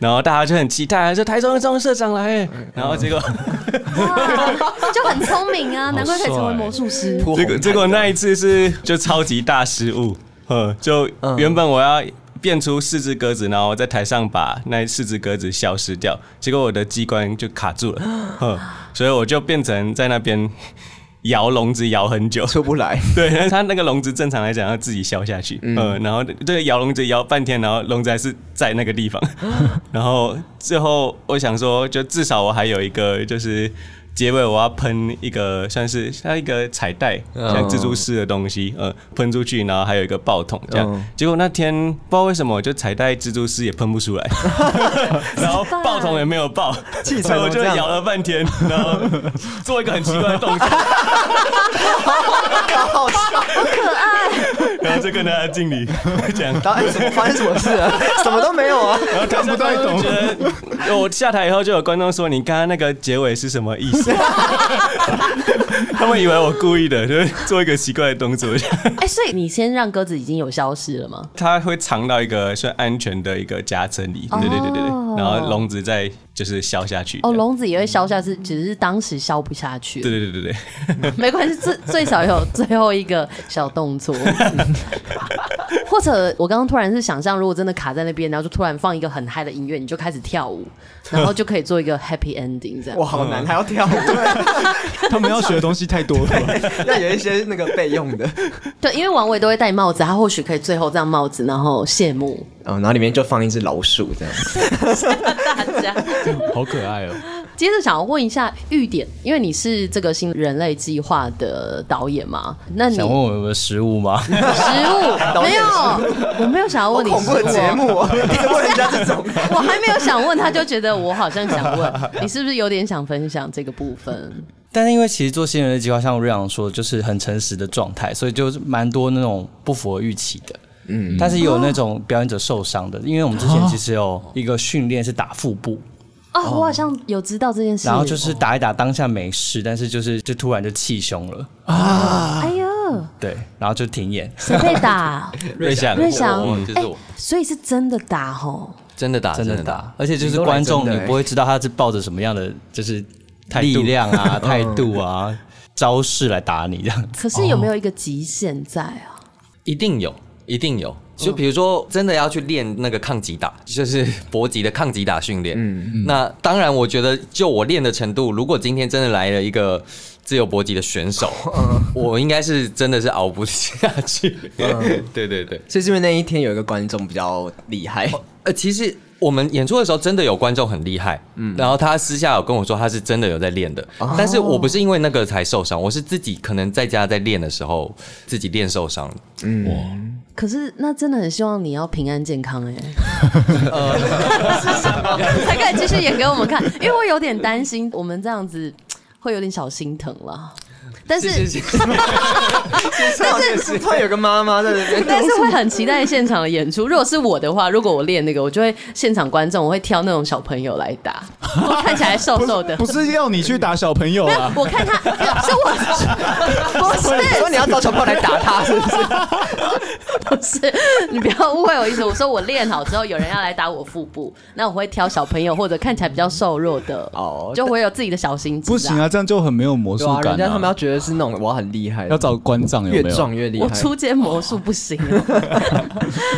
Speaker 5: 然后大家就很期待，说台中一中社长来
Speaker 4: 哎
Speaker 5: 耶，然后结果、
Speaker 4: 嗯
Speaker 1: 哇，就很聪明啊，难怪可以成为
Speaker 2: 帅
Speaker 1: 魔术师。
Speaker 4: 扑
Speaker 5: 结
Speaker 4: 红
Speaker 5: 果
Speaker 4: 毯
Speaker 5: 结果那一次是就超级大失误，呃，就原本我要变出四只鸽子，然后在台上把那四只鸽子消失掉，结果我的机关就卡住了，呃，所以我就变成在那边 摇笼子摇很久，
Speaker 4: 出不来，
Speaker 5: 对，但是它那个笼子正常来讲要自己消下去，嗯、然后对摇笼子摇半天，然后笼子还是在那个地 方，然后最后我想说，就至少我还有一个就是。结尾我要喷一个算是像一个彩带，像蜘蛛丝的东西，呃，喷出去，然后还有一个爆筒这样。
Speaker 4: 嗯
Speaker 5: 结果那天不知道为什么，就彩带蜘蛛丝也喷不出 来，然后爆筒也没有爆，
Speaker 4: 气
Speaker 5: 所以
Speaker 4: 场
Speaker 5: 我
Speaker 4: 都
Speaker 5: 就
Speaker 4: 这样
Speaker 5: 摇了半天，然后做一个很奇怪的动作， 然后就跟大家敬礼，这样。
Speaker 4: 然后哎，什么发生什么事了？什么都没有啊！
Speaker 5: 然后看不太懂，觉得我下台以后就有观众说你刚刚那个结尾是什么意思？ 他们以为我故意的，就是做一个奇怪的 动作。
Speaker 1: 哎、所以你先让鸽子已经有消失了吗？
Speaker 5: 它会藏到一个算安全的一个夹层里，对对对对对，然后笼子再就是消下去。
Speaker 1: 哦，笼子也会消下去，只是当时消不下去。
Speaker 5: 对对对对对，
Speaker 1: 没关系，最最少有最后一个小动作。 嗯或者我刚刚突然是想象，如果真的卡在那边，然后就突然放一个很嗨的音乐，你就开始跳 舞，然后就可以做一个 happy ending 这样。
Speaker 4: 哇，好难，还要 跳舞，
Speaker 2: 他们要学的东西太多了。
Speaker 4: 要有一些那个备用的。
Speaker 1: 对，因为王伟都会戴帽子，他或许可以最后这样帽子，然后谢幕
Speaker 4: 嗯，然后里面就放一只老鼠这样。
Speaker 1: 大家。
Speaker 2: 好可爱哦！
Speaker 1: 接着想要问一下玉点，因为你是这个新人类计划的导演嘛？那你食
Speaker 6: 想问
Speaker 1: 物
Speaker 6: 我有没有失误吗？
Speaker 1: 没有？我没有想要问你
Speaker 4: 恐
Speaker 1: 食
Speaker 4: 怖
Speaker 1: 物
Speaker 4: 的节
Speaker 1: 哦
Speaker 4: 目哦，一直问人家这种。
Speaker 1: 我还没有想问，他就觉得我好像想问， 你是不是有点想分享这个部分？
Speaker 6: 但是因为其实做新人类计划，像瑞阳说，就是很诚实的状态，所以就是蛮多那种不符合预期的。嗯，但是也有那种表演者受伤的，因为我们之前其实有一个训练是打腹部，
Speaker 1: 哦，我好像有知道这件事。
Speaker 6: 然后就是打一打，当下没事，但是就是就突然就气胸了，
Speaker 1: 哎呀，
Speaker 6: 对，然后就停演。
Speaker 1: 谁被打？
Speaker 5: 瑞祥，
Speaker 1: 瑞祥
Speaker 7: 我，就是我
Speaker 1: 哎所以是真的打哦吼。
Speaker 7: 真的打，
Speaker 6: 真
Speaker 7: 真
Speaker 6: 的
Speaker 7: 的
Speaker 6: 打
Speaker 7: 打。，
Speaker 6: 而且就是观众，
Speaker 4: 你都来真的
Speaker 6: 你
Speaker 4: 欸
Speaker 6: 不会知道他是抱着什么样的就是力量啊、态度啊、招式来打你这样子。
Speaker 1: 可是有没有一个极限在啊？
Speaker 7: 一定有，一定有。就比如说，真的要去练那个抗击打， 就是搏击的抗击打训练。嗯，那当然，我觉得就我练的程度，如果今天真的来了一个自由搏击的选 手，我应该是真的是熬不下 去。对对对，
Speaker 4: 所以是不是那一天有一个观众比较厉害？
Speaker 7: 呃，其实我们演出的时候真的有观众很厉害，嗯，哦然后他私下有跟我说他是真的有在练的，但是我不是因为那个才受伤，我是自己可能在家在练的时候自己练受伤，
Speaker 1: 可是那真的很希望你要平安健康哎、是什么？ 才可以继续演给我们看，因为我有点担心，我们这样子会有点小心疼啦。但是
Speaker 7: 是
Speaker 4: 但是突然有个妈妈在 那边，
Speaker 1: 但是会很期待现场的演出。如果是我的话，如果我练那个，我就会现场观众，我会挑那种小朋友来 打，我看起来瘦瘦的
Speaker 2: 不。是要你去打小朋友
Speaker 1: 没有
Speaker 2: 啊，，
Speaker 1: 我看他没有是我，不是
Speaker 4: 说你要找小朋友来打他，是不是？
Speaker 1: 不是，你不要误会我意思。我说我练好之后，有人要来打我腹部，那我会挑小朋友或者看起来比较瘦弱的，
Speaker 4: 哦
Speaker 1: 就会有自己的小心机。
Speaker 2: 不行！啊，这样就很没有魔术
Speaker 4: 对啊，人
Speaker 2: 感
Speaker 4: 家他们要
Speaker 2: 啊。
Speaker 4: 觉得是那种我很厉害的，
Speaker 2: 要找官长有
Speaker 4: 越
Speaker 2: 没有？
Speaker 4: 壮越厉
Speaker 1: 我
Speaker 4: 害，
Speaker 1: 出街魔术不行哦、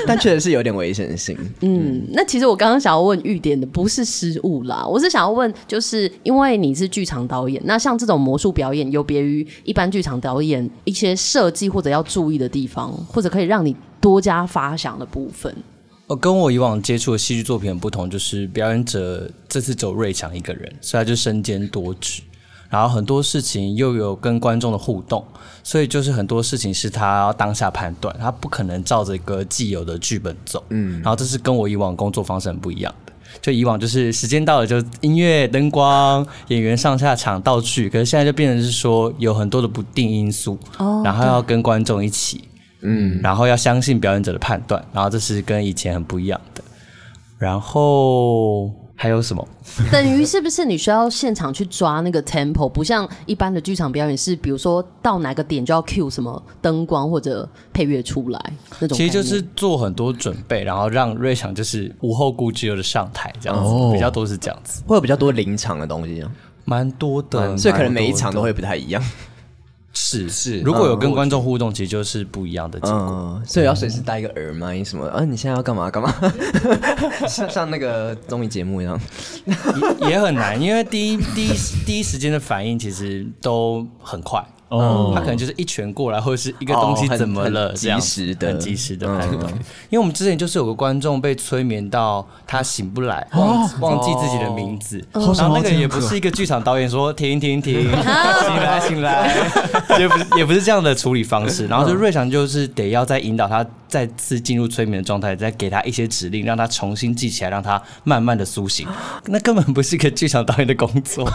Speaker 4: 但确实是有点危险性。
Speaker 1: 嗯，那其实我刚刚想要问玉点的不是失误啦，我是想要问，就是因为你是剧场导演，那像这种魔术表演有别于一般剧场导演一些设计或者要注意的地方，或者可以让你多加发想的部 分。
Speaker 6: 呃，跟我以往接触的戏剧作品很不同，就是表演者这次走瑞强一个人，所以他就身兼多职，然后很多事情又有跟观众的互动，所以就是很多事情是他要当下判断，他不可能照着一个既有的剧本走。嗯，然后这是跟我以往工作方式很不一样的。就以往就是时间到了就音乐、灯光、演员上下场、道具，可是现在就变成是说有很多的不定因素，然后要跟观众一起，嗯，然后要相信表演者的判断，然后这是跟以前很不一样的。然后还有什么？
Speaker 1: 等于是不是你需要现场去抓那个 tempo，不像一般的剧场表演是，比如说到哪个点就要 cue 什么灯光或者配乐出来那种概念。
Speaker 6: 其实就是做很多准备，然后让瑞强就是无后顾之忧的上台，这样子、
Speaker 4: 哦
Speaker 6: 比较多是这样子，
Speaker 4: 会有比较多临场的东西啊，
Speaker 6: 蛮多的，
Speaker 4: 所以可能
Speaker 6: 蛮多
Speaker 4: 每一场都
Speaker 6: 的
Speaker 4: 会不太一样。
Speaker 6: 是是。如果有跟观众互动，其实就是不一样的结果。
Speaker 4: 嗯，所以要随时带一个耳麦什么的。啊，你现在要干嘛干 嘛？像像那个综艺节目一样，
Speaker 6: 也也很难，因为第一第一第一时间的反应其实都很快。哦，他可能就是一拳过来，或者是一个东西
Speaker 4: 哦很
Speaker 6: 怎么了，
Speaker 4: 很
Speaker 6: 这样
Speaker 4: 及时的嗯
Speaker 6: 很及时的判断。因为我们之前就是有个观众被催眠到他醒不来，忘记忘记自己的名字，
Speaker 2: 好
Speaker 6: 然
Speaker 2: 想要
Speaker 6: 后那个
Speaker 2: 这样
Speaker 6: 也
Speaker 2: 子
Speaker 6: 不
Speaker 2: 哦
Speaker 6: 是一个剧场导演说停停 停，醒来醒来，也不是也不是这样的处理方式。然后就瑞祥就是得要再引导他再次进入催眠的状态，再给他一些指令，让他重新记起来，让他慢慢的苏醒。那根本不是一个剧场导演的工作。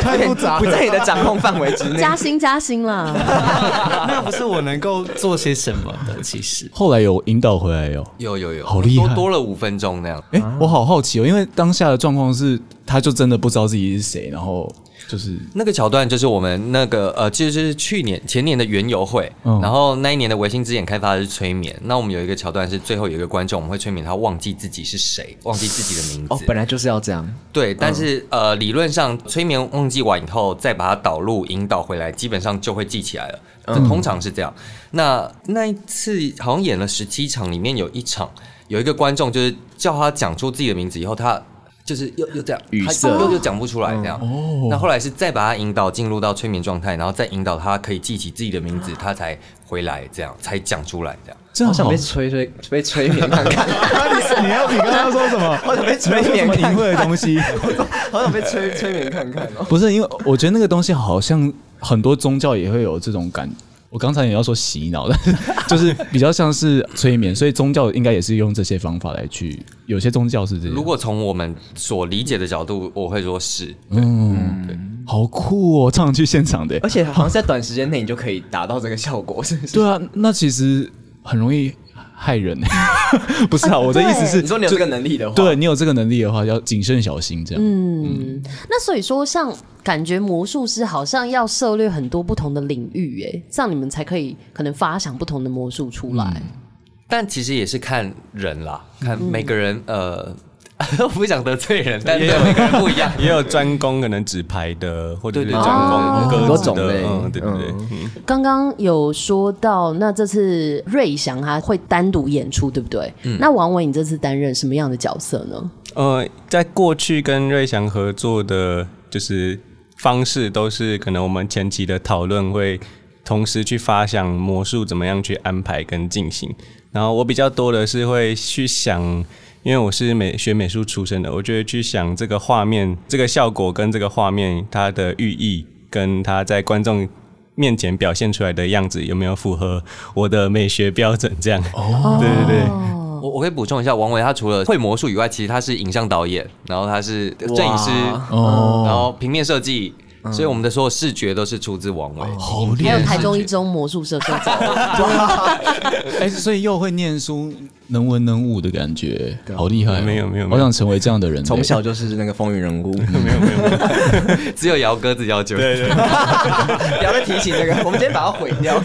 Speaker 2: 太复杂
Speaker 4: 不 在你的掌控范围之内。
Speaker 1: 加薪加薪啦。
Speaker 6: 那不是我能够做些什么的，其实。
Speaker 2: 后来有引导回来哟。
Speaker 7: 有有有，
Speaker 2: 好厉害
Speaker 7: 多多了五分钟那样。
Speaker 2: 哎、
Speaker 4: 啊
Speaker 2: 我好好奇哦，因为当下的状况是，他就真的不知道自己是谁，然后就是
Speaker 7: 那个桥段就是我们那个呃，其实就是去年前年的园游会，
Speaker 2: 嗯
Speaker 7: 然后那一年的维新之眼开发的是催眠。那我们有一个桥段是最后有一个观众，我们会催眠他忘记自己是谁，忘记自己的名字。
Speaker 4: 哦，本来就是要这样。
Speaker 7: 对，
Speaker 4: 嗯
Speaker 7: 但是、呃，理论上催眠忘记完以后，再把它导入引导回来，基本上就会记起来了。这
Speaker 4: 嗯
Speaker 7: 通常是这样。那那一次好像演了十七场，里面有一场有一个观众就是叫他讲出自己的名字以后，他。就是又又这样，
Speaker 4: 语
Speaker 7: 他
Speaker 4: 塞哦
Speaker 7: 又又讲不出来这样。那后来是再把他引导进入到催眠状态，然后再引导他可以记起自己的
Speaker 4: 哦
Speaker 7: 名字，他才回来这样，才讲出来这样。
Speaker 2: 这
Speaker 4: 好
Speaker 2: 样
Speaker 4: 想
Speaker 2: 好
Speaker 4: 被。催催被催眠看 看，
Speaker 2: 你你要你刚刚说什么？
Speaker 4: 好想被催
Speaker 2: 没有什
Speaker 4: 眠
Speaker 2: 么
Speaker 4: 看
Speaker 2: 隐晦的
Speaker 4: 看，
Speaker 2: 东西。
Speaker 4: 好想被 催催眠看看哦。
Speaker 2: 不是，因为我觉得那个东西好像很多宗教也会有这种感。我刚才也要说洗脑，但是 就是比较像是催眠，所以宗教应该也是用这些方法来去。有些宗教是这样。
Speaker 7: 如果从我们所理解的角度，我会说是，
Speaker 2: 嗯，对，好酷哦，常常去现场的
Speaker 4: 而。且好像在短时间内你就可以达到这个效果，是不是？
Speaker 2: 对啊，那其实很容易害 人。不是啊，我的意思是，
Speaker 4: 你说你有
Speaker 2: 就
Speaker 4: 这个能力的话，
Speaker 2: 对你有这个能力的话，要谨慎小心这样。
Speaker 1: 嗯，那所以说，像感觉魔术师好像要涉猎很多不同的领域，哎，这样你们才可以可能发想不同的魔术出来。
Speaker 7: 但其实也是看人啦，看每个人、呃。 我不想得罪人，但是
Speaker 5: 也有
Speaker 7: 每个人不一 样。
Speaker 5: 也有专攻可能纸牌的，或者是
Speaker 7: 对对
Speaker 5: 专
Speaker 4: 哦
Speaker 5: 攻
Speaker 4: 很多
Speaker 5: 鸽子
Speaker 4: 种
Speaker 5: 的
Speaker 4: 类，
Speaker 5: 嗯，对对对，嗯
Speaker 1: 刚刚有说到，那这次瑞祥他会单独演出，对不对？那王维，你这次担任什么样的角色呢？
Speaker 5: 呃，在过去跟瑞祥合作的，就是方式都是可能我们前期的讨论会同时去发想魔术怎么样去安排跟进行。然后我比较多的是会去想，因为我是美学美术出身的，我就会去想这个画面、这个效果跟这个画面它的寓意，跟它在观众面前表现出来的样子有没有符合我的美学标准？这样，哦，对对对。
Speaker 7: 我我可以补充一下，王维他除了会魔术以外，其实他是影像导演，然后他是摄影师，
Speaker 4: 哇
Speaker 7: 然后平面设计，所以我们的所有视觉都是出自王维。
Speaker 2: 好厉
Speaker 1: 还有
Speaker 2: 害！
Speaker 1: 台中一中魔术社社长，
Speaker 2: 哎，所以又会念书，能文能武的感觉，好厉害哦！
Speaker 5: 啊没有没有没有
Speaker 2: 好想成为这样的人。
Speaker 4: 从小就是那个风云 人物，
Speaker 7: 只有姚哥自己要纠结。
Speaker 4: 不要再提起这 个，我们今天把它毁掉。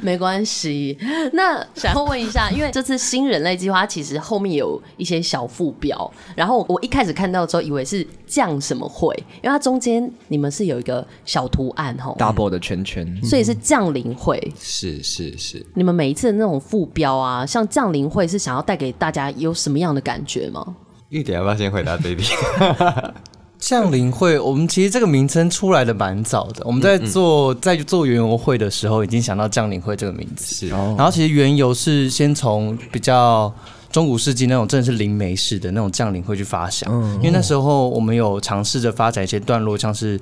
Speaker 1: 没关系。 那想要问一下，因为这次新人类计划它其实后面有一些小副标，然后我一开始看到的时候以为是降什么会，因为它中间你们是有一个小图案吼，
Speaker 4: double 的圈 圈，
Speaker 2: 嗯
Speaker 1: 所以是降临会。
Speaker 7: 是是是，
Speaker 1: 你们每一次的那种副标啊，像降临会是想要带给大家有什么样的感觉吗？
Speaker 7: 玉典要不要先回答这一题？
Speaker 6: 降临会，我们其实这个名称出来的蛮早的。我们在做在做园游会的时候，已经想到降临会这个名字。
Speaker 7: 是
Speaker 6: 然后其实园游是先从比较中古世纪那种真的是灵媒式的那种降临会去发想，因为那时候我们有尝试着发展一些段落，像是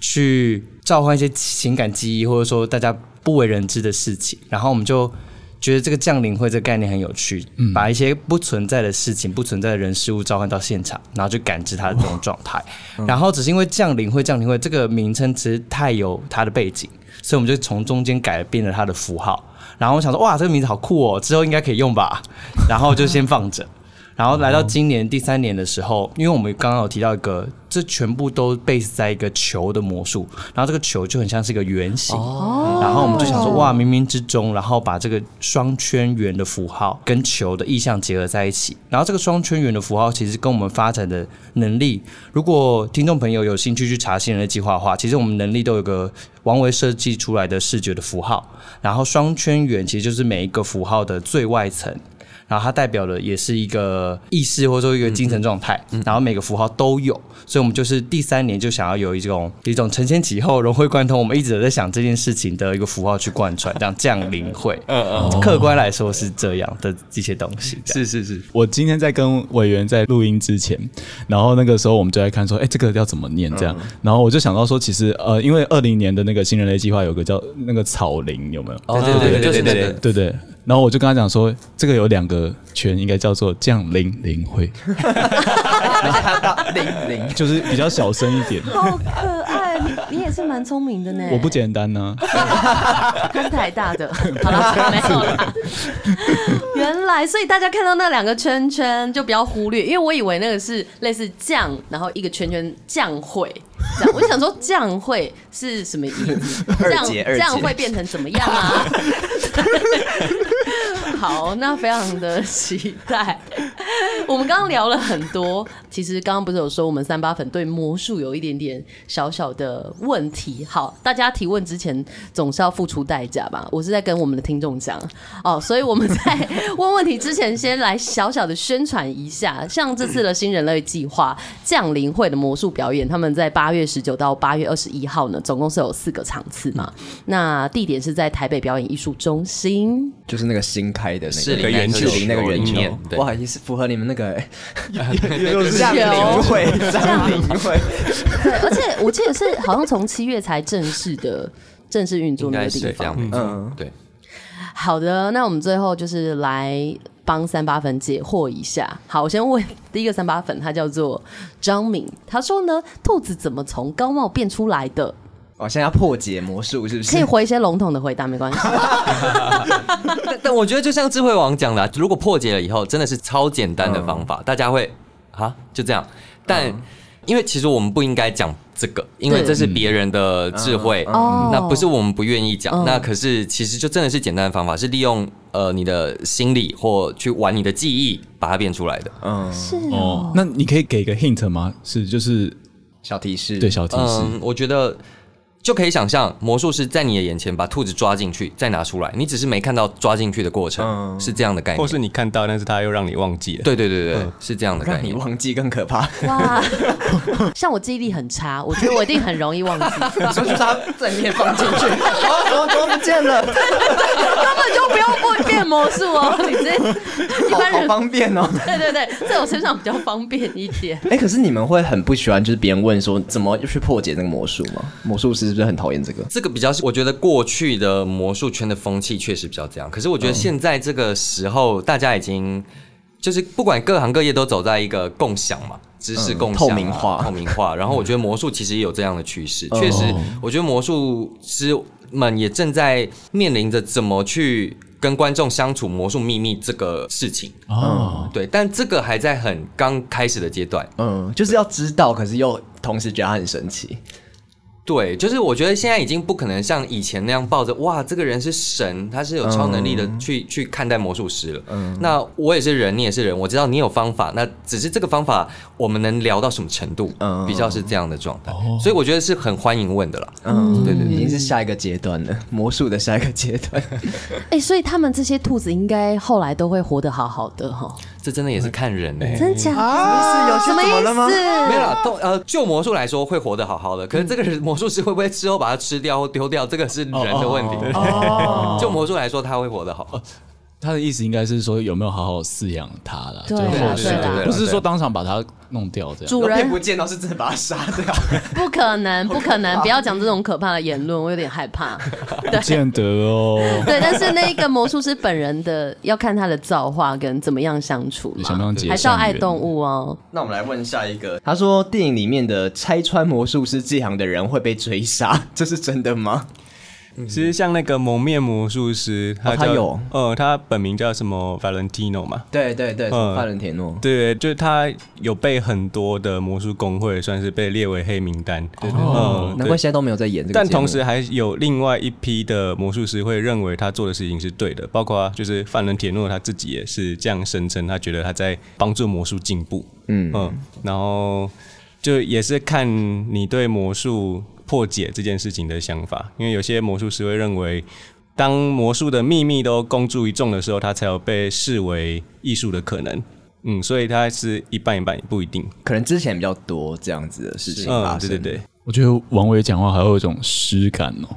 Speaker 6: 去召唤一些情感记忆，或者说大家不为人知的事情。然后我们就觉得这个降临会这个概念很有趣，把一些不存在的事情、不存在的人事物召唤到现场，然后去感知它的这种状态。然后只是因为降临会、降临会这个名称其实太有它的背景，所以我们就从中间改变了它的符号。然后我想说，哇，这个名字好酷哦，之后应该可以用吧，然后就先放着。然后来到今年第三年的时候，因为我们刚刚有提到一个，这全部都 base 在一个球的魔术，然后这个球就很像是一个圆形，然后我们就想说，哇，冥冥之中，然后把这个双圈圆的符号跟球的意象结合在一起，然后这个双圈圆的符号其实跟我们发展的能力，如果听众朋友有兴趣去查新人类计划的话，其实我们能力都有个王维设计出来的视觉的符号，然后双圈圆其实就是每一个符号的最外层。然后它代表的也是一个意识或者说一个精神状态，然后每个符号都有，所以我们就是第三年就想要有一种一种承先启后、融会贯通，我们一直有在想这件事情的一个符号去贯穿，这样降临会，嗯嗯，客观来说是这样的一些东西， 这样
Speaker 7: 是是是，
Speaker 2: 我今天在跟委员在录音之前，然后那个时候我们就在看说，哎、这个要怎么念这样，
Speaker 5: 嗯
Speaker 2: 然后我就想到说，其实呃，因为二零年的那个新人类计划有个叫那个草林，有没有？
Speaker 7: 哦对对对对对对对，
Speaker 2: 对对，然后我就跟他讲说，这个有两个圈，应该叫做降临灵 会，
Speaker 4: 啊零零，
Speaker 2: 就是比较小声一 点。
Speaker 1: 好可爱，你也是蛮聪明的呢
Speaker 2: 我不简单啊呢、
Speaker 1: 他是台大的，好了，没有啦。原来，所以大家看到那两个圈圈就不要忽略，因为我以为那个是类似降，然后一个圈圈降会这样，我就想说降会是什么意思？
Speaker 4: 二
Speaker 1: 降
Speaker 4: 节二节
Speaker 1: 降会变成怎么样啊？ 好，那非常的期待。 我们刚刚聊了很多，其实刚刚不是有说我们三八粉对魔术有一点点小小的问题。好，大家提问之前总是要付出代价吧？我是在跟我们的听众讲哦，所以我们在问问题之前，先来小小的宣传一下，像这次的新人类计划降临会的魔术表演，他们在八月十九到八月二十一号呢，总共是有四个场次嘛。那地点是在台北表演艺术中心。
Speaker 4: 就是那个新开的那个
Speaker 7: 士林
Speaker 5: 圆
Speaker 4: 士林那个
Speaker 7: 球
Speaker 4: 圆
Speaker 7: 里面
Speaker 4: 球，
Speaker 7: 对
Speaker 4: 哇，也是符合你们那 个欸
Speaker 2: 又是
Speaker 4: 降临会，降临会，
Speaker 1: 对，而且我记得是好像从七月才正式的正式运作
Speaker 7: 应
Speaker 1: 那
Speaker 7: 该
Speaker 1: 个
Speaker 7: 是
Speaker 1: 地
Speaker 7: 这样
Speaker 1: 方。
Speaker 7: 没错。
Speaker 4: 嗯
Speaker 7: 对，
Speaker 1: 好的，那我们最后就是来帮三八粉解惑一下。好，我先问第一个三八粉，他叫做张敏，他说呢，兔子怎么从高帽变出来的？
Speaker 4: 哦，现在要破解魔术是不
Speaker 1: 可以
Speaker 4: 是？
Speaker 1: 回一些笼统的回答，没关 系。
Speaker 7: 但但我觉得就像智慧王讲的啊、如果破解了以后，真的是超简单的方法，大家会啊就这样。但、因为其实我们不应该讲这个，因为
Speaker 1: 对
Speaker 7: 这是别人的智慧，
Speaker 1: 哦
Speaker 7: 那不是我们不愿意讲。
Speaker 1: 嗯
Speaker 7: 那可是其实就真的是简单的方法，是利用呃你的心理或去玩你的记忆，把它变出来的。
Speaker 4: 嗯，
Speaker 1: 是
Speaker 2: 哦。那你可以给个 hint 吗？是就是
Speaker 4: 小提示，
Speaker 2: 对小提示。
Speaker 7: 嗯，我觉得就可以想象，魔术师在你的眼前把兔子抓进去，再拿出来，你只是没看到抓进去的过程，
Speaker 4: 嗯
Speaker 7: 是这样的概
Speaker 5: 或
Speaker 7: 念。
Speaker 5: 是你看到，但是他又让你忘记了。
Speaker 7: 对对对对，是这样的概
Speaker 4: 让你
Speaker 7: 念。
Speaker 4: 忘记更可怕。
Speaker 1: 哇， 像我记忆力很差，我觉得我一定很容易忘 记，
Speaker 4: 你说就是他正面放进去， 哦，怎么怎么不见了？
Speaker 1: 根本就不用会变魔术哦。你这一
Speaker 4: 好
Speaker 1: 般
Speaker 4: 好
Speaker 1: 人，
Speaker 4: 方便哦。
Speaker 1: 对对对，在我身上比较方便一点。
Speaker 4: 哎、可是你们会很不喜欢，就是别人问说怎么去破解那个魔术吗？魔术师是不是很讨厌这个？
Speaker 7: 这个比较是，我觉得过去的魔术圈的风气确实比较这样。可是我觉得现在这个时候，大家已经就是不管各行各业都走在一个共享嘛，知识共
Speaker 4: 嗯
Speaker 7: 享啊、
Speaker 4: 透明化嗯
Speaker 7: 透明化。然后我觉得魔术其实也有这样的趋势，确实，我觉得魔术师们也正在面临着怎么去跟观众相处魔术秘密这个事情。
Speaker 2: 哦，
Speaker 7: 对，但这个还在很刚开始的阶段。
Speaker 4: 嗯，就是要知道，可是又同时觉得它很神奇。
Speaker 7: 对，就是我觉得现在已经不可能像以前那样抱着哇，这个人是神，他是有超能力的
Speaker 4: 嗯
Speaker 7: 去、去看待魔术师了。那我也是人，你也是人，我知道你有方法，那只是这个方法我们能聊到什么程度，
Speaker 4: 嗯
Speaker 7: 比较是这样的状态。所以我觉得是很欢迎问的啦。
Speaker 4: 嗯，对对对，已经是下一个阶段了， 魔术的下一个阶 段。
Speaker 1: 哎、所以他们这些兔子应该后来都会活得好好的哈，
Speaker 7: 这真的也是看人
Speaker 2: 哎
Speaker 7: 呢、
Speaker 1: 真假的？
Speaker 4: 是
Speaker 1: 什
Speaker 4: 有些
Speaker 1: 么
Speaker 4: 怎么
Speaker 1: 意
Speaker 4: 了吗
Speaker 1: 思？
Speaker 7: 没有啦，动呃，就魔术来说会活得好好的，可是这个人魔术师会不会之后把它吃掉或丢掉，这个是人的问题。 就魔术来说，他会活得好。
Speaker 2: 他的意思应该是说有没有好好饲养它啦，
Speaker 1: 对
Speaker 2: 就
Speaker 1: 啦
Speaker 2: 后续
Speaker 1: 对啦啊
Speaker 2: 的，
Speaker 1: 对
Speaker 2: 不
Speaker 7: 啦
Speaker 2: 是说当场把它弄掉这样。
Speaker 1: 主
Speaker 4: 骗
Speaker 1: 人
Speaker 4: 不见到是真的把它杀 掉，
Speaker 1: 不可能，不可能！不要讲这种可怕的言论，我有点害怕。
Speaker 2: 不见得哦，
Speaker 1: 对，但是那个魔术师本人的要看他的造化跟怎么样相处
Speaker 2: 想
Speaker 1: 嘛
Speaker 2: 不想，结
Speaker 1: 还是要
Speaker 2: 善
Speaker 1: 爱
Speaker 2: 缘
Speaker 1: 动物哦。
Speaker 4: 那我们来问下一个，他说电影里面的拆穿魔术师这行的人会被追杀， 这是真的吗？
Speaker 5: 其实像那个蒙面魔术师，
Speaker 4: 哦
Speaker 5: 他
Speaker 4: 他
Speaker 5: 叫
Speaker 4: 有
Speaker 5: 呃，他本名叫什么 Valentino 嘛？
Speaker 4: 对对对，
Speaker 5: 嗯
Speaker 4: 巴伦铁诺，
Speaker 5: 对，就是他有被很多的魔术工会算是被列为黑名单，对对嗯，
Speaker 4: 哦难怪
Speaker 5: 对。
Speaker 4: 现在都没有在演这个节目。
Speaker 5: 但同时还有另外一批的魔术师会认为他做的事情是对的，包括就是范伦铁诺他自己也是这样声称，他觉得他在帮助魔术进步。嗯然后就也是看你对魔术破解这件事情的想法，因为有些魔术师会认为，当魔术的秘密都公诸于众的时候，他才有被视为艺术的可能。嗯，所以他是一半一半，不一定。
Speaker 4: 可能之前比较多这样子的事情
Speaker 5: 嗯
Speaker 4: 发，
Speaker 5: 对
Speaker 4: 生。
Speaker 5: 对对。
Speaker 2: 我觉得王伟讲话还会有一种诗感哦。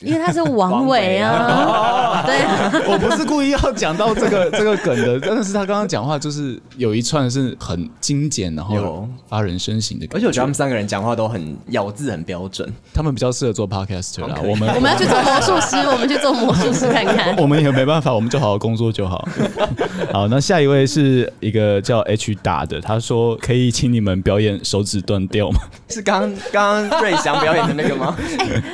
Speaker 1: 因为他是王伟啊，对啊，
Speaker 2: 我不是故意要讲到这个 这个梗的，但是他刚刚讲话就是有一串是很精简，然后
Speaker 4: 有
Speaker 2: 发人深省的感
Speaker 4: 而且我觉得他们三个人讲话都很咬字很标准，
Speaker 2: 他们比较适合做 podcaster 啦，
Speaker 4: 好可以
Speaker 2: 我们
Speaker 1: 我们要去做魔术师，我们去做魔术师看 看。
Speaker 2: 我们也没办法，我们就好好工作就好。 好，那下一位是一个叫 H 打的，他说可以请你们表演手指断掉吗？
Speaker 4: 是刚刚刚瑞祥表演的那个吗？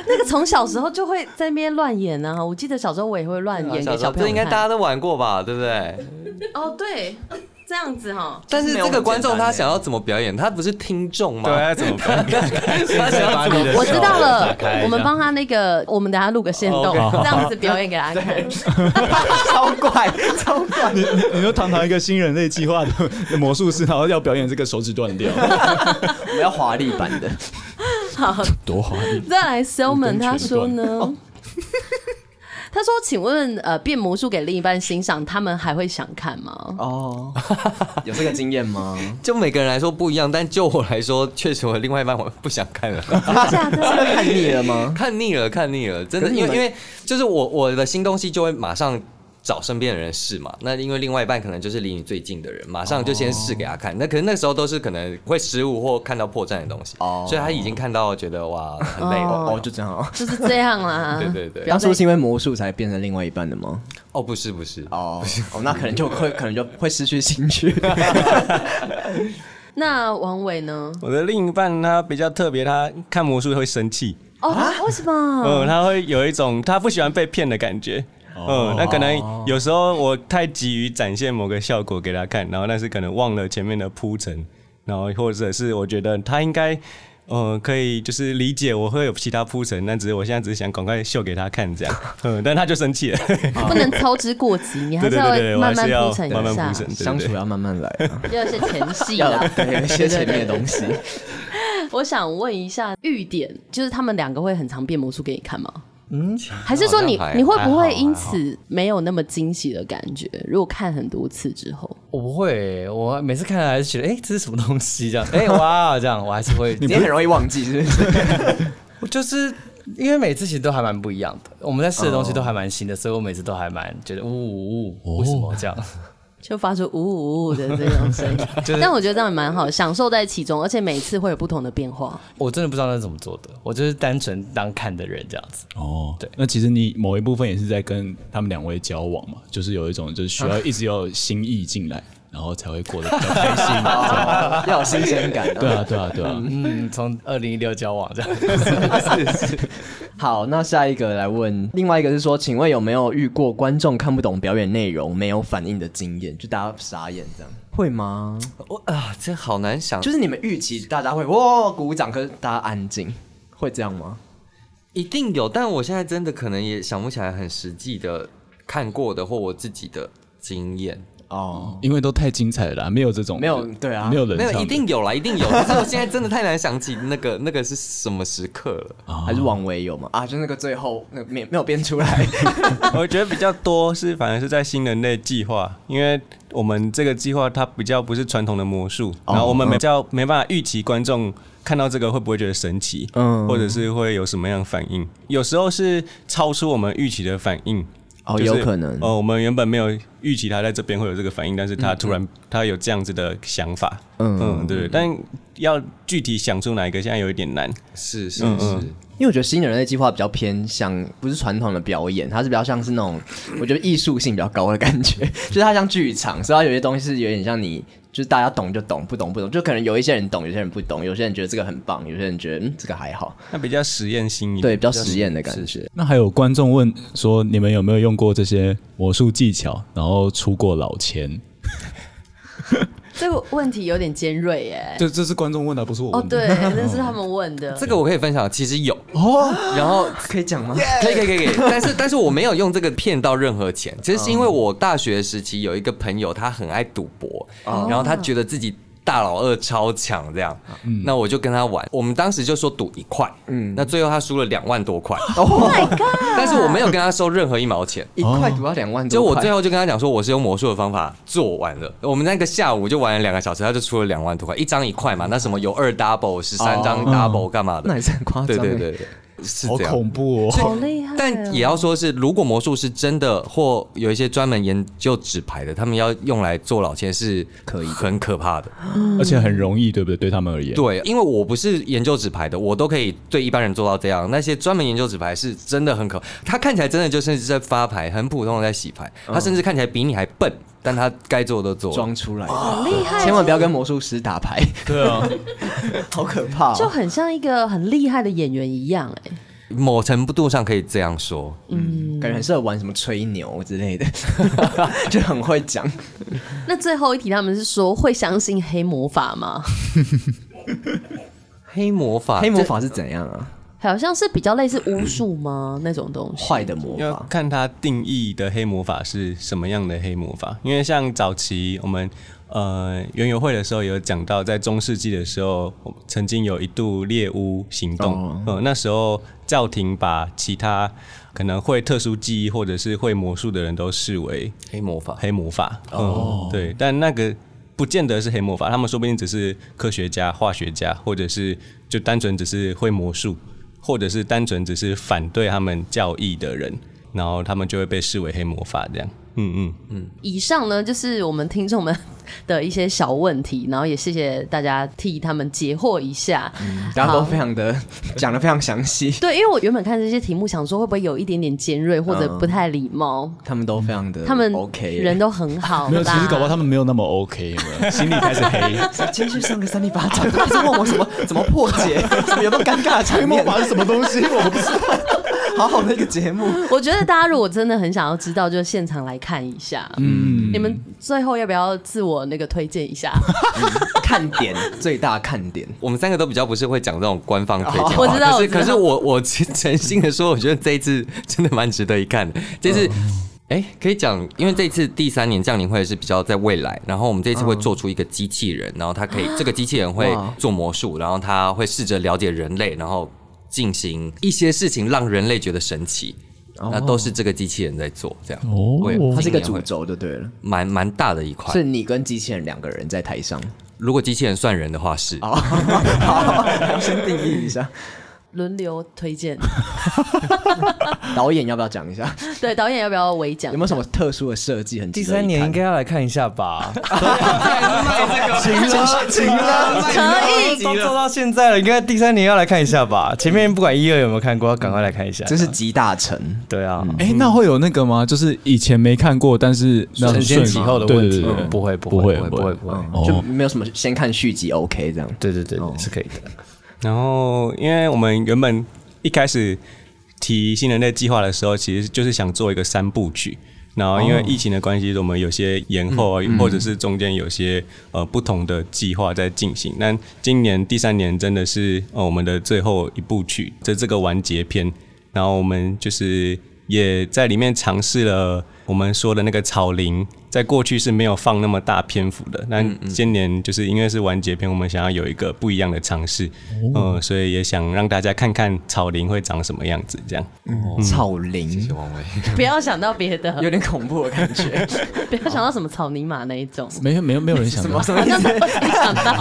Speaker 1: 那个从小时候就会在那边乱演啊，我记得小时候我也会乱演给
Speaker 7: 小时
Speaker 1: 小
Speaker 7: 候
Speaker 1: 朋友
Speaker 7: 这应该
Speaker 1: 看
Speaker 7: 大家都玩过吧，对不对？
Speaker 1: 哦，对，这样子哈，
Speaker 7: 但是
Speaker 4: 没有
Speaker 7: 这个
Speaker 4: 很
Speaker 7: 观众
Speaker 4: 简单
Speaker 7: 他
Speaker 4: 欸
Speaker 7: 想要怎么表演？他不是听众吗？
Speaker 5: 对啊，怎么办？
Speaker 7: 他想要怎么？
Speaker 1: 哦我知道了，我们帮他那个，我们等下录个线动，
Speaker 5: 哦
Speaker 2: OK
Speaker 1: 这样子表演给大家看。
Speaker 4: 超怪，超 怪。
Speaker 2: 你说堂堂一个新人类计划的魔术师，然后要表演这个手指断掉，
Speaker 4: 我们要华丽版的，
Speaker 2: 多华丽！
Speaker 1: 再来 Selman
Speaker 2: 你跟
Speaker 1: 他
Speaker 2: 全
Speaker 1: 说
Speaker 2: 段
Speaker 5: 哦
Speaker 1: 呢？ 他说：“请问，呃，变魔术给另一半欣赏，他们还会想看吗？
Speaker 4: 哦， 有这个经验 吗？
Speaker 7: 就每个人来说不一样，但就我来说，确实我另外一半我不想看了，
Speaker 1: 假的？
Speaker 4: 看腻了吗？
Speaker 7: 看腻了，看腻了，真
Speaker 4: 可
Speaker 7: 的，
Speaker 4: 是你
Speaker 7: 因
Speaker 4: 们
Speaker 7: 为因为就是我我的新东西就会马上。找身边的人试嘛，那因为另外一半可能就是离你最近的人，马上就先试给他看。那可能那时候都是可能会失误或看到破绽的东西
Speaker 4: 哦
Speaker 7: 所以他已经看到觉得哇很累了。
Speaker 4: 哦，就这样哦。
Speaker 1: 就是这样啦。
Speaker 7: 对对对
Speaker 1: 不要
Speaker 4: 当
Speaker 1: 再
Speaker 4: 初是因为魔术才变成另外一半的吗？
Speaker 7: 哦，不是不是，
Speaker 4: 哦，哦，那可能就会，可能就会失去兴趣。
Speaker 1: 那王伟呢？
Speaker 5: 我的另一半他比较特别，他看魔术会生气，
Speaker 1: 哦，为什么？
Speaker 5: 嗯，他会有一种他不喜欢被骗的感觉。嗯，那可能有时候我太急于展现某个效果给他看，然后但是可能忘了前面的铺陈，然后或者是我觉得他应该，呃，可以就是理解我会有其他铺陈，但只是我现在只是想赶快秀给他看这样， 嗯，但他就生气了，
Speaker 1: 不能操之过急，你还
Speaker 5: 对
Speaker 1: 是
Speaker 5: 对
Speaker 1: 要
Speaker 5: 对对，我还
Speaker 1: 慢
Speaker 5: 是要
Speaker 1: 铺陈
Speaker 5: 慢
Speaker 1: 一
Speaker 5: 慢
Speaker 1: 下
Speaker 5: 铺，陈，对
Speaker 4: 相
Speaker 5: 对
Speaker 4: 处要慢慢来啊，
Speaker 1: 要有些前戏
Speaker 4: 要
Speaker 1: 啦。
Speaker 4: 对有一些前面的东西。
Speaker 1: 我想问一下，玉点就是他们两个会很常变魔术给你看吗？嗯，还是说你
Speaker 7: 好像还
Speaker 1: 你会不
Speaker 7: 还
Speaker 1: 会
Speaker 7: 好
Speaker 1: 因此没有那么惊喜的感觉？如果看很多次之后，
Speaker 6: 我不会、我每次看还是觉得，哎、这是什么东西？这样， 哎、哇，这样，我还是会。
Speaker 4: 你很容易忘记，是不 是？
Speaker 6: 我就是因为每次其实都还蛮不一样的，我们在试的东西都还蛮新的，所以我每次都还蛮觉得，呜呜，呜，为什么这样？
Speaker 1: 就发出呜呜呜的这种 声音，但我觉得这样也蛮好，享受在其中，而且每次会有不同的变化。
Speaker 6: 我真的不知道那是怎么做的，我就是单纯当看的人这样子。
Speaker 2: 哦，对，那其实你某一部分也是在跟他们两位交往嘛，就是有一种就是需要一直要有新意进来，然后才会 过得比较开心。
Speaker 4: 哦要有新鲜感、
Speaker 2: 对啊，对啊，对啊。
Speaker 6: 嗯，从二零一六交往这样，
Speaker 4: 是是。好，那下一个来问，另外一个是说，请问有没有遇过观众看不懂表演内容没有反应的经验，就大家傻眼这样？会吗？
Speaker 7: 我啊，这好难想，
Speaker 4: 就是你们预期大家会哇鼓掌，可是大家安静，会这样吗？
Speaker 7: 一定有，但我现在真的可能也想不起来很实际的看过的或我自己的经验。
Speaker 4: 哦，
Speaker 2: 因为都太精彩了啦，没有这种
Speaker 4: 没有对啊
Speaker 2: 没有人
Speaker 7: 没
Speaker 2: 唱
Speaker 7: 有，
Speaker 2: 的
Speaker 7: 一定有啦，一定有。可是我现在真的太难想起那个那个是什么时刻 了。
Speaker 4: 还是王维有吗？啊，就那个最后那个没没有编出来，
Speaker 5: 我觉得比较多是反而是在新人类计划，因为我们这个计划它比较不是传统的魔术，
Speaker 4: 哦
Speaker 5: 然后我
Speaker 4: 嗯
Speaker 5: 们比较没办法预期观众看到这个会不会觉得神奇，
Speaker 4: 嗯
Speaker 5: 嗯，或者是会有什么样的反应，有时候是超出我们预期的反应。
Speaker 4: 哦
Speaker 5: 就是
Speaker 4: 有可能
Speaker 5: 哦，我们原本没有预期他在这边会有这个反应，但是他突然他有这样子的想法，
Speaker 4: 嗯
Speaker 5: 嗯，对，但要具体想出哪一个，现在有一点难。
Speaker 7: 是是
Speaker 5: 嗯
Speaker 7: 是
Speaker 5: 嗯，
Speaker 4: 因为我觉得新人类计划比较偏向不是传统的表演，它是比较像是那种 我觉得艺术性比较高的感觉， 就是它像剧场，所以它有些东西是有点像你就是大家懂就懂，不懂不懂，就可能有一些人懂，有些人不懂，有些人觉得这个很棒，有些人觉得嗯这个还好，
Speaker 5: 那比较实验性一点。
Speaker 4: 对，比较实验的感觉。
Speaker 2: 那还有观众问说，你们有没有用过这些魔术技巧，然后出过老千？
Speaker 1: 这个问题有点尖锐耶。
Speaker 2: 这这是观众问的，不是我
Speaker 1: 哦，
Speaker 2: 问的。
Speaker 1: 对， 那是他们问的。
Speaker 7: 嗯这个我可以分享，其实有哎哦，然后
Speaker 4: 可以讲吗
Speaker 7: 可以可以可以可以，但 是但是我没有用这个骗到任何钱，其实是因为我大学时期有一个朋友，他很爱赌博，然后他觉得自己。大老二超强，这样，那我就跟他玩。我们当时就说赌一块，嗯，哦那最后他输了两万多块，
Speaker 1: Oh my God！
Speaker 7: 但是我没有跟他收任何一毛钱。
Speaker 4: 一块赌到两万
Speaker 7: 就
Speaker 4: 多
Speaker 7: 我
Speaker 4: 块，
Speaker 7: 最后就跟他讲说，我是用魔术的方法做完了。我们那个下午就玩了两个小时，他就出了两万多块，一张一块嘛。那什么有二 double 十三张 double 干嘛的？
Speaker 4: 那也是很夸张
Speaker 7: 对
Speaker 4: 欸
Speaker 7: 对对对，是
Speaker 2: 好
Speaker 7: 这样。
Speaker 2: 恐怖哦！
Speaker 1: 好厉害哦！
Speaker 7: 但也要说是，如果魔术是真的，或有一些专门研究纸牌的，他们要用来做老千是可以很可怕的。
Speaker 2: 而且很容易，对不对？对他们而言，
Speaker 7: 对，因为我不是研究纸牌的，我都可以对一般人做到这样。那些专门研究纸牌是真的很可，他看起来真的就是在发牌，很普通的在洗牌，他甚至看起来比你还笨，但他该做的都做了。
Speaker 4: 装出来的，
Speaker 1: 好厉害，哦
Speaker 4: 千万不要跟魔术师打牌，
Speaker 2: 对啊，
Speaker 4: 好可怕、
Speaker 1: 就
Speaker 4: 哦。
Speaker 1: 很像一个很厉害的演员一样哎。
Speaker 7: 某程度上可以这样说，
Speaker 4: 感觉很适合玩什么吹牛之类的， 就很会讲。
Speaker 1: 那最后一题，他们是说会相信黑魔法吗？
Speaker 7: 黑魔法，
Speaker 4: 黑魔法是怎样啊？
Speaker 1: 好像是比较类似巫术吗？那种东西。
Speaker 4: 坏的魔
Speaker 5: 要
Speaker 4: 法，
Speaker 5: 看它定义的黑魔法是什么样的黑魔法，因为像早期我们呃园游会的时候有讲到，在中世纪的时候，我们曾经有一度猎巫行
Speaker 4: 哦
Speaker 5: 动，呃，那时候教廷把其他可能会特殊技艺或者是会魔术的人都视为
Speaker 7: 黑魔法，
Speaker 5: 黑魔法，哦、对，但那个不见得是黑魔法，他们说不定只是科学家、化学家，或者是就单纯只是会魔术，或者是单纯只是反对他们教义的人，然后他们就会被视为黑魔法这样。嗯嗯。
Speaker 1: 以上呢，就是我们听众们的一些小问题，然后也谢谢大家替他们解惑一下。
Speaker 4: 大家
Speaker 1: 好
Speaker 4: 都非常的 讲的非常详细，
Speaker 1: 对，因为我原本看这些题目，想说会不会有一点点尖锐或者
Speaker 4: 嗯
Speaker 1: 不太礼貌，
Speaker 4: 他们都非常的
Speaker 1: 他们
Speaker 4: 嗯 OK 耶
Speaker 1: 人 都很 好啦，
Speaker 2: 没有，其实搞不好他们没有那么 OK，有没有心里开始黑。
Speaker 4: 今天去上个三里八掌，他是问我什么怎么破 解，怎么有没有尴尬的 场面，
Speaker 2: 是什么东西？我不知道。
Speaker 4: 好好的一个节目。
Speaker 1: 我觉得大家如果真的很想要知道，就现场来看一下。嗯，你们最后要不要自我那个推荐一下？
Speaker 4: 看点最大看点，
Speaker 7: 我们三个都比较不是会讲这种官方推荐话、
Speaker 1: 我知道
Speaker 7: 可
Speaker 1: 我
Speaker 7: 是
Speaker 1: 知道
Speaker 7: 可是我我其实诚心的说，我觉得这一次真的蛮值得一看的。这次，哎、可以讲，因为这一次第三年降临会是比较在未来，然后我们这一次会做出一个机器人，然后它可以这个机器人会
Speaker 4: 哇
Speaker 7: 做魔术，然后它会试着了解人类，然后进行一些事情让人类觉得神奇。那都是这个机器人在做，这样
Speaker 2: 哦
Speaker 7: 会
Speaker 4: 它是一个
Speaker 7: 今年
Speaker 4: 主
Speaker 7: 会
Speaker 4: 轴就对了，
Speaker 7: 蛮蛮大的一块。
Speaker 4: 是你跟机器人两个人在台上。
Speaker 7: 如果机器人算人的话是，
Speaker 4: 哦，好，要先定义一下，
Speaker 1: 轮流推荐，
Speaker 4: 导演要不要讲一下？
Speaker 1: 对导演要不要微讲？
Speaker 4: 有没有什么特殊的设计很值
Speaker 6: 第
Speaker 4: 得一看？
Speaker 6: 三年应该要来看一下吧？
Speaker 7: 这个
Speaker 6: 情人
Speaker 4: 情了，
Speaker 1: 可以
Speaker 6: 都做到现在了，应该第三年要来看一下吧。前面不管一二有没有看过，要赶快来看一下。
Speaker 4: 这是集大成。
Speaker 6: 对啊，
Speaker 2: 哎、那会有那个吗？就是以前没看过，但是那
Speaker 6: 承先启后的问
Speaker 2: 对
Speaker 6: 题
Speaker 2: 对对对，
Speaker 6: 嗯不会
Speaker 2: 不
Speaker 6: 不会
Speaker 2: 不
Speaker 6: 不会不会，
Speaker 4: 就
Speaker 2: 哦，
Speaker 4: 没有什么先看续集 OK 这样。
Speaker 6: 对对对，对是可以的。
Speaker 5: 然后，因为我们原本一开始提新人类计划的时候，其实就是想做一个三部曲。然后，因为疫情的关系，我们有些延后，啊，或者是中间有些呃不同的计划在进行。但今年第三年真的是呃我们的最后一部曲，这这个完结篇。然后我们就是也在里面尝试了我们说的那个草林，在过去是没有放那么大篇幅的，但今年就是因为是完结篇，我们想要有一个不一样的尝试，嗯、所以也想让大家看看草林会长什么样子，这样。
Speaker 4: 草林
Speaker 7: 王伟，
Speaker 1: 不要想到别的，
Speaker 4: 有点恐怖的感 觉，
Speaker 1: 不要想到什么草泥马那一种，
Speaker 2: 没有没有没有人想到，
Speaker 1: 好像没想到。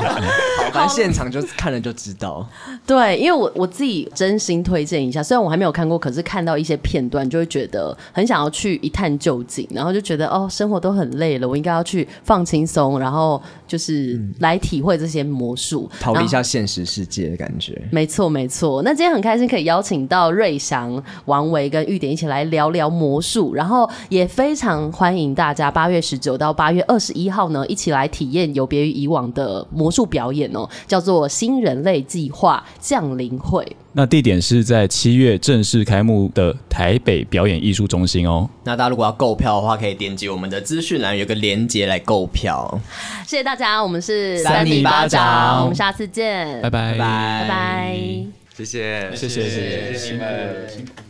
Speaker 4: 反正现场就看了就知道。
Speaker 1: 对，因为我我自己真心推荐一下，虽然我还没有看过，可是看到一些片段，就会觉得哦很想要去一探究竟，然后就觉得哦，生活都很累了，我应该要去放轻松，然后就是来体会这些魔术，
Speaker 4: 逃避一
Speaker 1: 然后
Speaker 4: 下现实世界的感觉。
Speaker 1: 没错，没错。那今天很开心可以邀请到瑞祥、王维跟玉典一起来聊聊魔术，然后也非常欢迎大家八月十九到八月二十一号呢，一起来体验有别于以往的魔术表演哦，叫做“新人类计划降临会”。
Speaker 2: 那地点是在七月正式开幕的台北表演艺术中心哦。
Speaker 4: 那大家如果要购票的话，可以点击我们的资讯栏有个链接来购票。
Speaker 1: 谢谢大家，我们是
Speaker 4: 三里巴掌
Speaker 1: 我们下次见，
Speaker 2: 拜拜
Speaker 4: 拜
Speaker 1: 拜拜
Speaker 7: 谢谢，
Speaker 2: 谢谢谢谢。
Speaker 6: 谢谢你们。